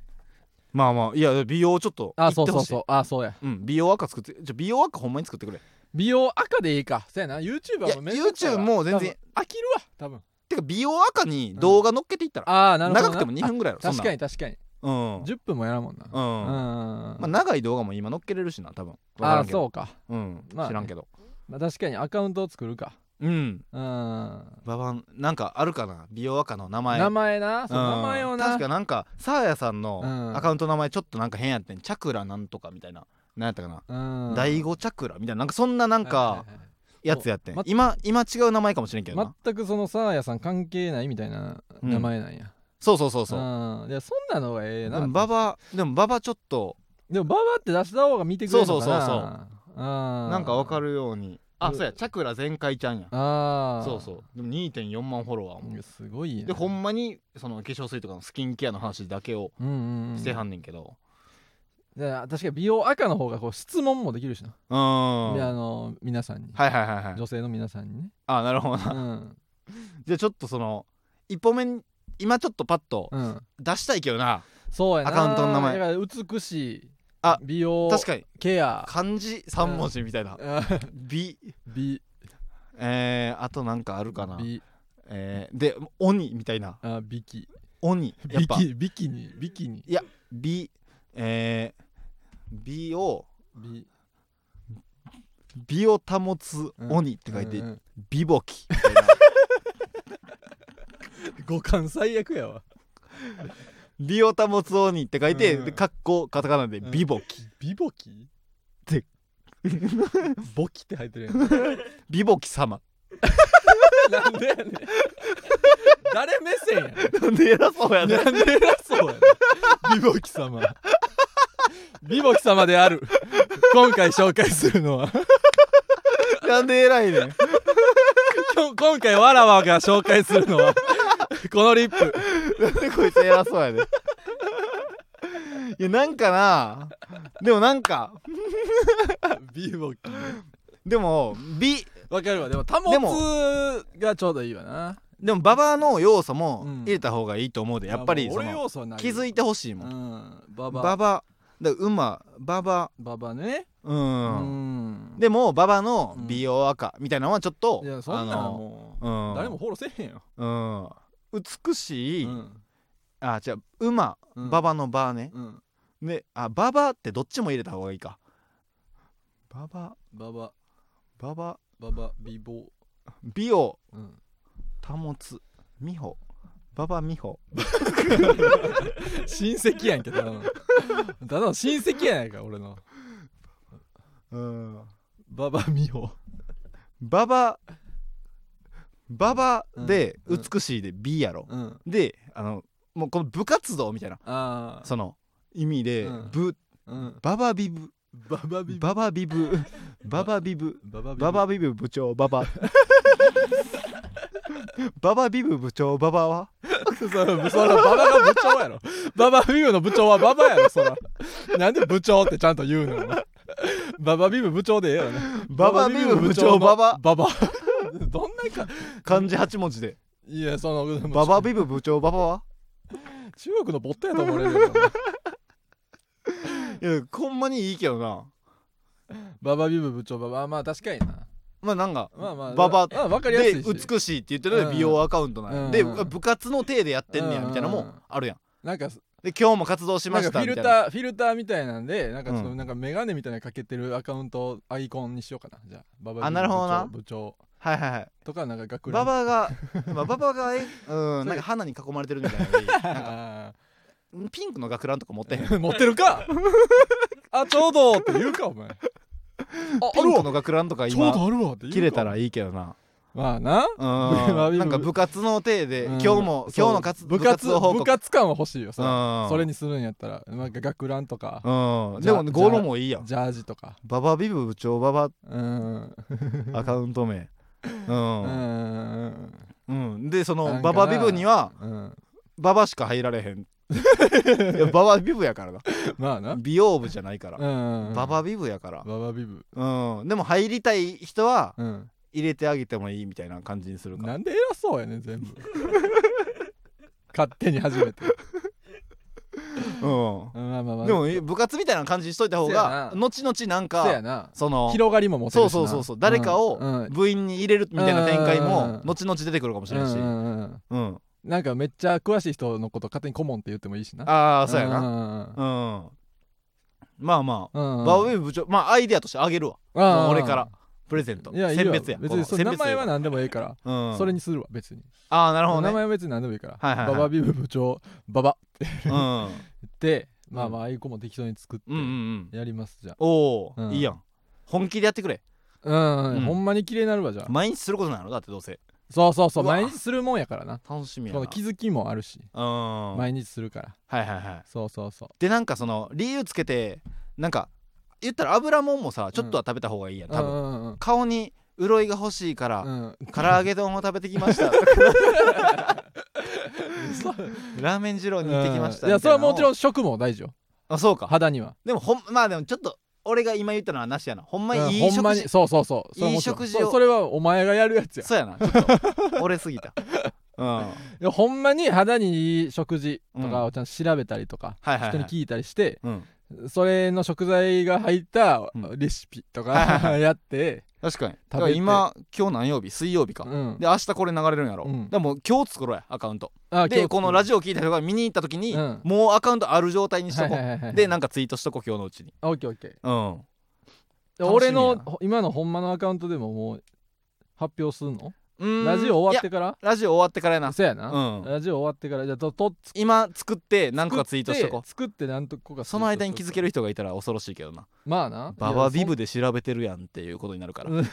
S1: まあまあいや美容ちょっと行
S2: あそ
S1: っ
S2: う
S1: て
S2: そ
S1: ほ
S2: う
S1: しい
S2: そうあそうや
S1: うん、美容赤作ってじゃ美容赤ほんまに作ってくれ
S2: 美容赤でいいかそうやな YouTuber もめんどくさいわ
S1: YouTube も全然
S2: 多分飽きるわ多分
S1: てか美容赤に動画乗っけていったら、
S2: ああなるほど
S1: 長
S2: な
S1: くても2分ぐらいやろ
S2: 確か
S1: に
S2: に確かに
S1: うん、うん
S2: 10分もやらんもんな
S1: ま
S2: うん
S1: あ、長い動画も今乗っけれるしな多分
S2: ああそううか
S1: うん、
S2: まあね
S1: 知らんけど
S2: まあ確かにアカウントを作るか
S1: うん
S2: うん
S1: ババンなんかあるかな美容赤の名前
S2: 名前なそう
S1: うん
S2: 名前をな
S1: 確かなんかサーヤさんの
S2: うん
S1: アカウントの名前ちょっとなんか変やってんチャクラなんとかみたいななんやったかな、
S2: うん
S1: 第五チャクラみたいななんかそんななん
S2: は
S1: か
S2: いはいはい
S1: やつやってん、
S2: ま
S1: 今今違う名前かもしれんけどな、
S2: 全くそのサーヤさん関係ないみたいな
S1: うん
S2: 名前なんや、
S1: そうそうそう
S2: そ、
S1: そううん
S2: いやそんなのがええ
S1: で
S2: な
S1: もババでもババちょっと
S2: でもババって出した方が見てくれるのかな
S1: そうそうそう
S2: そうあ
S1: なんかわか
S2: る
S1: るようにあそうやチャクラ全開ちゃんや
S2: ああ
S1: そうそうでも2.4万フォロワーも
S2: いやすごいや
S1: でほんまにその化粧水とかのスキンケアの話だけを
S2: うんうんうん
S1: してはんねんけど、
S2: じゃあ確かに美容赤の方がこう質問もできるしな、
S1: うんはい
S2: であ
S1: は
S2: の皆さんに、
S1: いはいはい
S2: 女性の皆さんにね、
S1: あなるほどな
S2: うん
S1: じゃあちょっとその一歩目に今ちょっとパッと
S2: うん、
S1: 出したいけどな
S2: そうやな
S1: アカウントの名前
S2: だから美しい
S1: あ
S2: 美容
S1: 確かに
S2: ケア
S1: 漢字3文字みたいな美
S2: 美
S1: えーあとなんかあるかな
S2: 美
S1: えーで鬼みたいな
S2: あビキ
S1: 鬼やっ
S2: ビ
S1: ぱ
S2: キビキニビキニ
S1: 美えー美を
S2: 美
S1: 美を保つ鬼って書いて
S2: うんうん
S1: 美ぼ き
S2: 五感最悪やわ
S1: 美を保つ鬼って書いて
S2: うん
S1: でかっこカタカナで
S2: うん
S1: 美ぼき
S2: 美ボキ
S1: で
S2: ボキって入ってるやんなん
S1: 美ぼき様
S2: でやねん誰目線やねん
S1: なんで偉そうやね
S2: なんで偉そうやねん美ボキ様美ボキ様である今回紹介するのは
S1: なんで偉いねん
S2: 今日今回わらわが紹介する のはこのリップ
S1: なんでこいつ偉そうやで。いやなんかなでもなんか
S2: 美ボキ
S1: でも美
S2: わかるわでも保
S1: でも
S2: つがちょうどいいわな
S1: でもババアの要素も
S2: うん
S1: 入れた方がいいと思うでやっぱりその気づい
S2: て
S1: てほしいも
S2: うんんバ
S1: バ
S2: バ
S1: バアだから馬ババ
S2: ババね
S1: アう
S2: うんん
S1: でもババアの美容赤みたいなのはちょっと
S2: いやそんなん
S1: あの
S2: も
S1: う
S2: うん誰もフォローせえへんよ
S1: うん美しい、
S2: うん
S1: あ違う馬
S2: うん
S1: ババアのバーね、
S2: うん
S1: であババアってどっちも入れた方がいいかババ
S2: ババ
S1: アババア
S2: ババ美貌
S1: 美を
S2: うん
S1: 保つ美穂ババ美穂
S2: 親戚やんけただのただの親戚やないか俺の
S1: うん
S2: ババ美穂
S1: ババババで
S2: うんうん
S1: 美しいで美やろ、
S2: うん
S1: であのもうこの部活動みたいな
S2: ああ
S1: その意味で、
S2: うん
S1: ブ
S2: うん
S1: ババビブ
S2: ババ美
S1: ババビブババビブ
S2: ババ美
S1: ババビブ部長ババババビブ部長ババは
S2: そらそらババが部長やろババビブの部長はババやろそらなんで部長ってちゃんと言うのババビブ部長でええやろね
S1: ババビブ部長ババ
S2: ババどんなか
S1: 漢字8文字で
S2: いやその
S1: ババビブ部長ババは
S2: 中国のボットやと思われるよ
S1: いやほんまにいいけどな
S2: ババビブ部長ババまあ確かにな
S1: まあなんか
S2: まあまあ
S1: ババ
S2: まあわかりやすい
S1: で
S2: し
S1: 美しいって言ってるので美容アカウントなんや、
S2: うん
S1: で部活の体でやってんねや
S2: うん
S1: みたいなのもあるやん
S2: なんか
S1: で今日も活動しま
S2: なん
S1: し
S2: か
S1: た
S2: フ
S1: み
S2: ィ
S1: た
S2: ル
S1: い
S2: タ
S1: な
S2: ーフィルターみたいなんでなんかちょっと
S1: うん
S2: なんかメガネみたいなのかけてるアカウントアイコンにしようかなじゃあババビブ
S1: あなるほどな
S2: 部長部長
S1: はいはいはい
S2: とかなんか学
S1: バ
S2: ラン
S1: バアが、まあ、ババアがえうんなんか花に囲まれてるみたいなのがいいなんか
S2: あー
S1: ピンクの学ランとか持ってへんピ
S2: 持ってる かあちょうどって言うかお前あある
S1: ンク
S2: わ
S1: の学ランとか
S2: ちょう
S1: 今
S2: どあるわって言うか
S1: 切れたらいいけどな
S2: まあな バ
S1: う
S2: ビ
S1: んな
S2: ブ
S1: んか部活の体で
S2: うん
S1: 今日も今日の活
S2: そう
S1: 部
S2: 部
S1: 活
S2: 活
S1: 動報
S2: 部
S1: 告
S2: 活感は欲しいよさ
S1: うん
S2: それにするんやったらなんか学ランとか
S1: うん
S2: じ
S1: で
S2: ゃあ
S1: もゴロもいいやん
S2: ジャージとか
S1: ババビブ部長ババ
S2: うん
S1: アカウント 名う
S2: うん
S1: ん、
S2: うん
S1: うん、でそ
S2: なん
S1: の
S2: か
S1: バ
S2: な
S1: バビブには
S2: うん
S1: ババしか入られへん いやババビブやからな
S2: まあな
S1: 美容部じゃないから、
S2: うん
S1: ババビブやから、
S2: ババビブ
S1: うん、でも入りたい人は
S2: うん
S1: 入れてあげてもいいみたいな感じにするから
S2: なんで偉そうやねん 全部勝手に初めて
S1: うん
S2: うんまあまあまあ
S1: でも部活みたいな感じにしといた方が
S2: せやな
S1: 後々なん
S2: そう
S1: か
S2: やな
S1: その
S2: 広がりも持て
S1: そ
S2: る
S1: う
S2: しな
S1: そうそうそう誰かを
S2: うんうん
S1: 部員に入れるみたいな展開
S2: うんうんう
S1: も
S2: ん
S1: 後々出てくるかもしれないし、
S2: う
S1: うん
S2: うんんうんなんかめっちゃ詳しい人のこと勝手に顧問って言ってもいいしな。
S1: ああそうやなう。
S2: な
S1: ん、まあま
S2: うんうん
S1: あ、
S2: うん、
S1: ババビブ部長まあアイデアとしてあげるわ
S2: うんうん
S1: 俺からプレゼント
S2: いやいい
S1: 選別や
S2: 別
S1: この
S2: にその
S1: 選
S2: 名
S1: 別とい
S2: 前
S1: うか
S2: は何でもいいから、
S1: うん
S2: それにするわ別に。
S1: ああなるほど
S2: 名
S1: ね
S2: 前は別に何でもいいから。
S1: はいはいはい
S2: ババビブ部長ババ
S1: うん
S2: ってまあまあアイコンも適当に作って
S1: うんうんうん
S2: やりますじゃあ。
S1: おお、
S2: うん
S1: いいやん本気でやってくれ
S2: うん、うん
S1: うん
S2: ほんまに綺麗になるわじゃあ。
S1: 毎日することなのだってどうせ
S2: そうそうそう
S1: うわ
S2: 毎日するもんやからな。
S1: 楽しみや
S2: こ
S1: な
S2: の気づきもあるし
S1: うんはい
S2: 毎日するから。
S1: はいはい
S2: そうそうそう。
S1: でなんかその理由つけてなんか言ったら油もんもさちょっとは食べた方がいいやん多分、
S2: うんうん
S1: 顔に潤いが欲しいから、
S2: うん。
S1: 唐揚げ丼を食べてきました
S2: うん。そう
S1: ラーメン二郎に行ってきました
S2: いやそれはもちろ
S1: ん
S2: ん食も大事よ。
S1: あそうか
S2: 肌には
S1: でもほんまあでもちょっと俺が今言ったのはなしやなほんまにいい
S2: うんほん
S1: 食
S2: ま
S1: 事
S2: にそうそうそうそれ
S1: いい
S2: もちろん
S1: 食事を
S2: そそれはお前がやるやつ や
S1: そうやなちょっと折れすぎたうんはい
S2: いやほんまに肌にいい食事とか
S1: う
S2: をちゃんと調べたりとか、
S1: はい、はい、
S2: 人に聞いたりして
S1: うん
S2: それの食材が入った
S1: うん
S2: レシピと
S1: はいはい
S2: か、
S1: は
S2: やって
S1: 確かに
S2: て
S1: だから今今日何曜日水曜日か、
S2: うん
S1: で明日これ流れるんやろ、
S2: うん
S1: だからもう今日作ろうやアカウント
S2: あ
S1: でこのラ
S2: ジ
S1: ジオ聞いた人が見に行った時に、
S2: うん
S1: もうアカウントある状態にしとこう、
S2: はいはいはいはい
S1: でなんかツイートしとこう今日のうちに
S2: オッケーオッケー
S1: うん
S2: で
S1: 楽し
S2: 俺
S1: みやな
S2: のほ今のほんまのアカウントでももう発表すんの
S1: うーん
S2: ラジオ終わっ
S1: い
S2: てから
S1: やラジオ終わってからやな
S2: そうやな、
S1: うん
S2: ラジオ終わってからじゃあととつ
S1: 今作って何個かツイートしとこう
S2: 作って何とこか
S1: その間に気づけ
S2: る
S1: る人がいたら恐ろしいけどな
S2: まあな
S1: ババビブ
S2: い
S1: で調べてるやんっていうことになるから
S2: う
S1: うん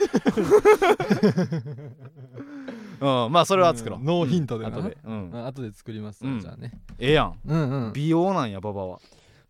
S1: んまあそれは作ろう
S2: うんノーヒントで
S1: うん
S2: な
S1: 後でう
S2: や
S1: ん
S2: そんあ後で作ります、
S1: うん
S2: じゃあね
S1: ええやん
S2: うんうん
S1: 美容なんやババは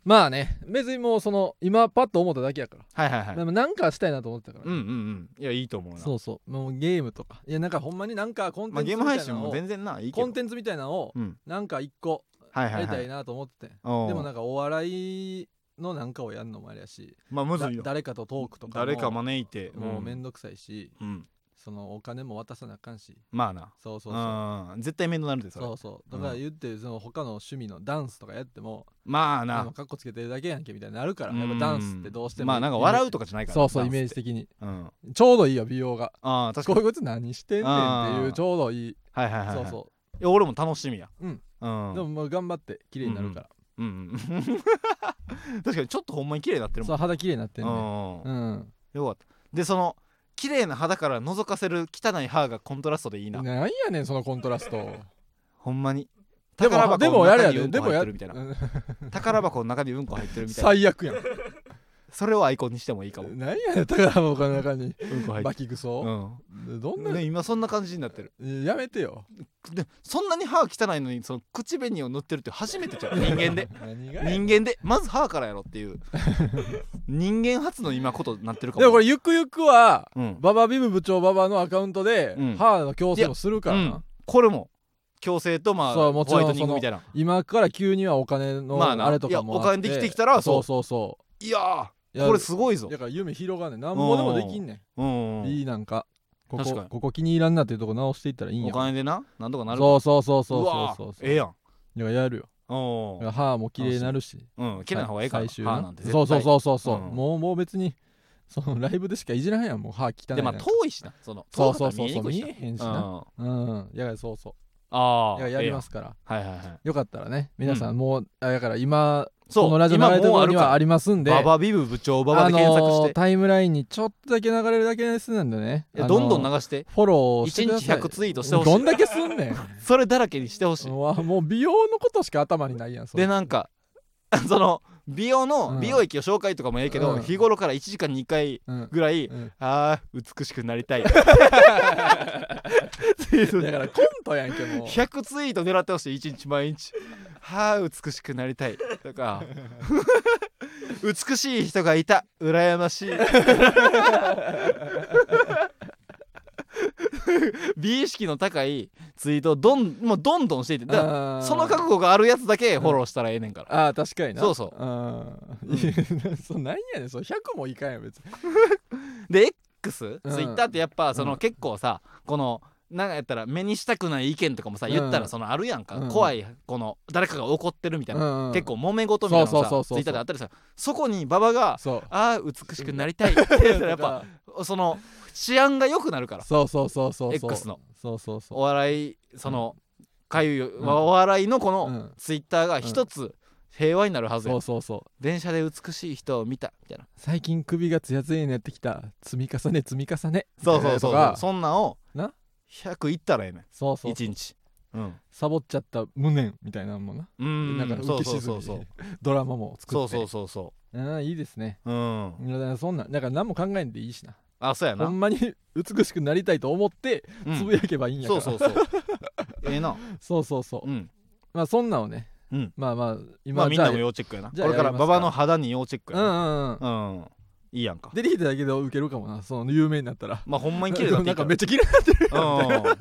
S2: まあね別にもうその今パッと思っただけやから、
S1: はいはいはい
S2: でもなんかしたいなと思ってたから
S1: うんう
S2: ね、
S1: んうんいやいいと思うな
S2: そうそうもうゲームとかいやなんかほんまになんかコン
S1: ま
S2: テ
S1: あゲ
S2: ンツ
S1: ー
S2: み
S1: ム
S2: た
S1: 配
S2: いな
S1: 信
S2: の
S1: も
S2: を、
S1: 全然ないいけ
S2: コ
S1: ど
S2: ンテンツみたいなのを
S1: うん
S2: なんか一個
S1: はい
S2: や
S1: はい
S2: り
S1: は
S2: たい
S1: い
S2: なと思ってて、
S1: おう
S2: でもなんかお笑いのなんかをやるのもあれやし
S1: まあむずい
S2: だ
S1: よ
S2: 誰かとトークとかも
S1: 誰か招いて
S2: もうめ
S1: ん
S2: んどくさいし、
S1: うん
S2: そのお金も渡さなあかんし
S1: まあな
S2: そうそうそう
S1: うん絶対面倒なるでそれ
S2: そうそうだから言って、その他の趣味のダンスとかやっても
S1: まあ
S2: な
S1: なん
S2: かっこつけてるだけやんけみたいになるからやっぱダンスってどうしても
S1: まあなんか笑う
S2: と
S1: とかじゃないから
S2: そうそう
S1: ダ
S2: イ
S1: ンス
S2: メ
S1: って
S2: ージ的に
S1: うん
S2: ちょうどいいよ美容が
S1: ああ確
S2: こ
S1: か
S2: うい
S1: に
S2: うこと何してんねんっていう
S1: あー
S2: ちょうどいい
S1: はいはいはい
S2: そう
S1: はい
S2: そ
S1: いや俺も楽しみや
S2: うん
S1: うん
S2: うでももう頑張って綺麗になるから
S1: うんうん 確かにちょっとほんまに綺麗になってるも
S2: そ
S1: ん
S2: う肌綺麗になってんね
S1: う
S2: うんん
S1: よかったでその綺麗な肌から覗かせる汚い歯がコントラストでいいな
S2: なんやねんそのコントラ スト
S1: ほんまに
S2: でもでもやれやででも
S1: もや
S2: や
S1: るみたいな
S2: うん
S1: 宝箱の中にうんこ入ってるみたいな
S2: 最悪やん
S1: それをアイコンにしてもいいかもうん
S2: 何やねん宝箱の中に
S1: こ入っ
S2: バ
S1: て
S2: キク
S1: るう
S2: ソどん
S1: ん
S2: な
S1: ね今そんな感じになってる
S2: やめてよ
S1: でそんなに歯汚いのにその口紅を塗ってるって初めて じゃん人間で
S2: 何がや
S1: 人間でまず歯からやろっていう人間初の今ことになってるかも
S2: でもこれゆくゆくは
S1: うん
S2: ババビブ部長ババのアカウントで
S1: うん
S2: 歯の矯正をするから
S1: う、
S2: なん
S1: これも矯正とまあ
S2: そ
S1: ホ
S2: うもちろ
S1: ワ
S2: ん
S1: イトニングみたいな
S2: 今から急にはお金の
S1: まあな
S2: あれとかもあって
S1: いやお金できてきたらそ
S2: そううそうそ
S1: いや
S2: うい
S1: ー
S2: や
S1: これすごいぞ
S2: だから夢広がんねんなんぼでもできんね
S1: うんうん
S2: ん B なんかこ
S1: 確か
S2: こ
S1: に
S2: ここ気に入らんなっていうとこ直していったらいいん
S1: お
S2: や
S1: 金でななんとかなる
S2: そうそうそう
S1: う
S2: そう
S1: わー
S2: そうそう
S1: ええやん
S2: いややるよ
S1: お
S2: だから歯も綺麗になるし
S1: うん綺麗な方がええから
S2: 最終
S1: 歯なんて絶
S2: そ
S1: 対
S2: うそうそうそうそう、
S1: うん
S2: もうもう別にそのライブでしかいじらんやんもう歯汚いな
S1: でまあ遠いしなその
S2: そうそうそうそ
S1: 遠
S2: う
S1: かったら
S2: 見
S1: にくい
S2: えへんし
S1: しな
S2: な
S1: うん
S2: うん、やからそうそ
S1: あ
S2: う
S1: あ
S2: やからやりますから、
S1: はいはいはい
S2: よかったらね皆さんもう、あやから今この
S1: そう
S2: ラジオ流
S1: 今
S2: れてる
S1: もう
S2: 頃
S1: あ
S2: に
S1: る
S2: は
S1: か
S2: ありますんで
S1: らババビブ部長ババで検索
S2: あ
S1: し
S2: のー
S1: て
S2: タイムラインにちょっとだけ流れるだけですなんでね、
S1: いや
S2: あのー
S1: どんどん流して
S2: フォローしてく
S1: 1
S2: だ
S1: 日
S2: さい
S1: 100ツイートしてほ
S2: ど
S1: し
S2: ん
S1: い
S2: だけすんねん
S1: それだらけにしてほしいう
S2: わもう美容のことしか頭にないやんそれ
S1: でなんか その美容
S2: う
S1: の
S2: ん
S1: 美容液を紹介とかもええけど、
S2: うん
S1: 日頃から1時間2回
S2: うん
S1: ぐらい、
S2: うん
S1: あー美しくな りたい
S2: だからコントやんけもう
S1: 100ツイート狙ってほしい1日毎日はあ美しくなりたいと か美しい人がいた羨ましい美意識の高いツイートをどんもうどんどんしていってだから
S2: あー
S1: その覚悟があるやつだけフォローしたらええねんから、
S2: ああ確かにな
S1: そうそう
S2: あー
S1: うん
S2: いや そうなんやねんそれ100もいかんやん別に
S1: で X
S2: うん
S1: ツイッターってやっぱそうの
S2: ん
S1: 結構さこのなんかやったら目にしたくない意見とかもさ言ったら
S2: うん
S1: そのあるやんか
S2: うん
S1: 怖いこの誰かが怒ってるみたいな
S2: うんうん
S1: 結構揉め事みたいな
S2: そう
S1: の
S2: そうそう
S1: さツ
S2: そう
S1: イッターであったりさそこに馬場が
S2: そう
S1: 「ああ美しくなりたい」って言ったらやっぱ
S2: だか
S1: その治安が良くなるからら
S2: そうそうそうそうそう
S1: X の
S2: そうそう
S1: お
S2: そ
S1: 笑いそのかゆい
S2: ん
S1: お笑いのこ
S2: う
S1: の
S2: ん
S1: ツイッターが一つ平和になるは
S2: う
S1: ず
S2: そ
S1: や
S2: うそうそう
S1: 電車で美しい人を見たみたいな
S2: 最近首がツヤツヤになってきた積み重ね積み重ね
S1: そうそうそ
S2: と
S1: う
S2: か
S1: そんなんを
S2: な
S1: 100いったらええね
S2: そうそ
S1: ん
S2: う
S1: 1日うん
S2: サボっちゃった無念みたいなのもな
S1: うん
S2: なんか
S1: そう
S2: 浮き
S1: そう
S2: 沈
S1: そう
S2: み
S1: そう
S2: ドラマも作
S1: そ
S2: っ
S1: う
S2: て
S1: そうそうそ
S2: うんいいですね
S1: ううん
S2: いやそんなんだから何も考えんでいいしな
S1: あそうやな、
S2: ほんまに美しくなりたいと思って
S1: うん
S2: つぶやけばいいんやか
S1: そ
S2: ら
S1: うそうそう ええな
S2: そうそうそう
S1: うん
S2: まあそんなをね
S1: うん
S2: まあまあ
S1: まあ
S2: 今
S1: み
S2: じ
S1: ん
S2: ゃ
S1: な
S2: あ
S1: も要チェックやなこ
S2: じゃあ
S1: れから
S2: やりますか
S1: 馬場の肌に要チェック
S2: う
S1: や
S2: ん
S1: な
S2: うんうん
S1: うん、いいやんか
S2: 出てきただけでウケるかもなその有名になったら
S1: まあほんまに綺麗だってい
S2: ないん
S1: か
S2: からめっちゃ綺麗
S1: うん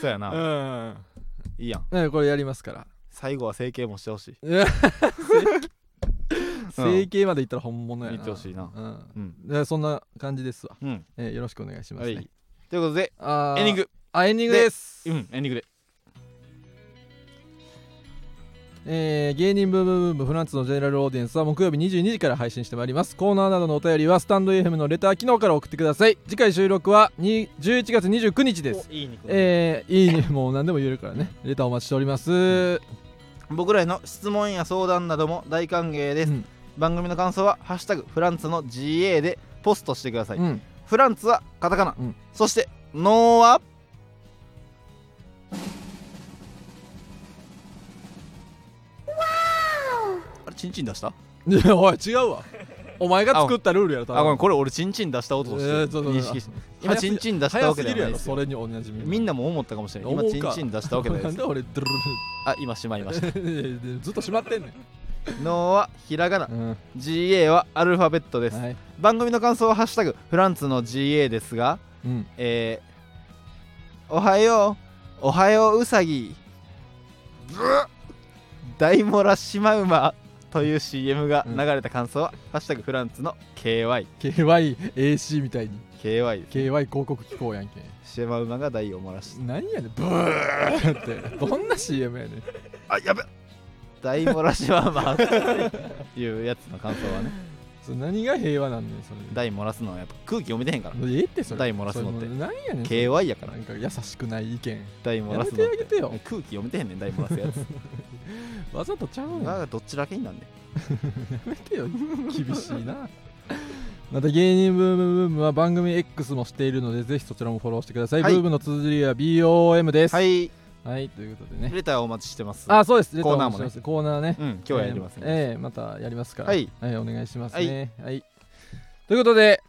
S1: そうやな、
S2: うん
S1: いいやん
S2: なんでこれやりますから
S1: 最後は整形もしてほしい
S2: うん整形までいったら本物やな
S1: 見てほしいな
S2: うん
S1: うん
S2: でそんな感じですわ、
S1: うん
S2: えーよろしくお願いします、ね
S1: はいということで
S2: あ
S1: エンディン
S2: グ
S1: グ
S2: あエンディングです
S1: うんエンディングで
S2: えー芸人ブームブームブームフランツのジェネラルオーディエンスは木曜日22時から配信してまいりますコーナーなどのお便りはスタンド FM のレター機能から送ってください次回収録はに11月29日です
S1: おいい肉
S2: えー、いいねもう何でも言えるか らねレターお待ちしております、
S1: 僕らへの質問や相談なども大歓迎です、
S2: うん
S1: 番組の感想は「ハッシュタグフランツの GA」でポストしてください、
S2: うん
S1: フランツはカタカナ、
S2: うん
S1: そしてノーはあれチンチン出した
S2: いやおい違うわお前が作ったルールやろ多分
S1: あごめんこれ俺チンチン出した音として
S2: えーそうそう
S1: 認識して今
S2: 早す
S1: チ
S2: ぎ
S1: ンチン出した
S2: 早
S1: わけ
S2: す
S1: で
S2: ぎ
S1: は
S2: る
S1: ないで
S2: やろ
S1: す
S2: それにおなじみ
S1: みんなも思ったかもしれない今
S2: 思うか
S1: チンチン出したわけではない
S2: なん
S1: です
S2: で俺ドゥル
S1: あ今しまいま した
S2: ルルルずっと閉まってんねん、
S1: ノーはひらがな
S2: うん
S1: GA はアルファベットです、
S2: はい
S1: 番組の感想は「ハッシュタグフランツの GA」ですが
S2: うん、
S1: えー、おはようおはよううさぎブッ大漏らしまうまという CM が流れた感想は、ハッシュタグフランツの KYKY
S2: KYAC みたいに KY 広告機構やんけ
S1: シマウマが大を漏らし
S2: 何やねんブーってどんな CM やねん
S1: あやべ大漏らしまうまっていうやつの感想はね
S2: それ何が平和なんねんそれ
S1: 大漏らすのはやっぱ空気読めてへんから
S2: ええってそれ
S1: 大漏らすのって
S2: それもう何やねんそれ
S1: KY やから
S2: なんか優しくない意見
S1: 大漏
S2: や
S1: ら
S2: め
S1: す
S2: て
S1: の
S2: あげてよ
S1: 空気読めてへんねん大漏らすやつ
S2: わざとちゃうねんや
S1: がどっちだけになんねん
S2: めてよ厳しいなまた芸人ブームブームは番組 X もしているのでぜひそちらもフォローしてください、
S1: はい
S2: ブームの綴りは BOM です
S1: はい
S2: はいということでね
S1: レターお待ちしてます
S2: あそうです
S1: コーナーもね
S2: レタお待ちしてますコーナーね
S1: うん今日はやりますね、
S2: えーえーまたやりますから
S1: はい
S2: お願いしますねはい、ということで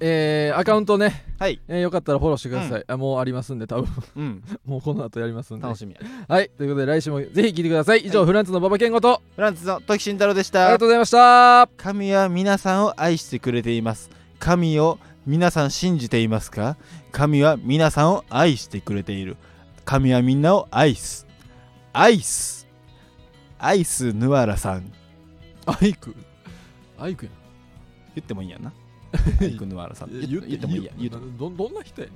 S2: えーアカウントね、
S1: はい
S2: えーよかったらフォローしてください、あもうありますんで多分
S1: うん
S2: もうこの後やりますんで
S1: 楽しみや
S2: はいということで来週もぜひ聞いてください以上、
S1: はい
S2: フランツの馬場健吾と
S1: フランツの時慎太郎でし
S2: あり
S1: た
S2: がとうございました
S1: 神は皆さんを愛してくれています神を皆さん信じていますか神は皆さんを愛してくれている神はみんなを愛す愛す愛すヌアラさん
S2: アイクアイクやん
S1: 言ってもいいやんなアイクヌアラさん言ってもいいやん言うと
S2: どどんな人やね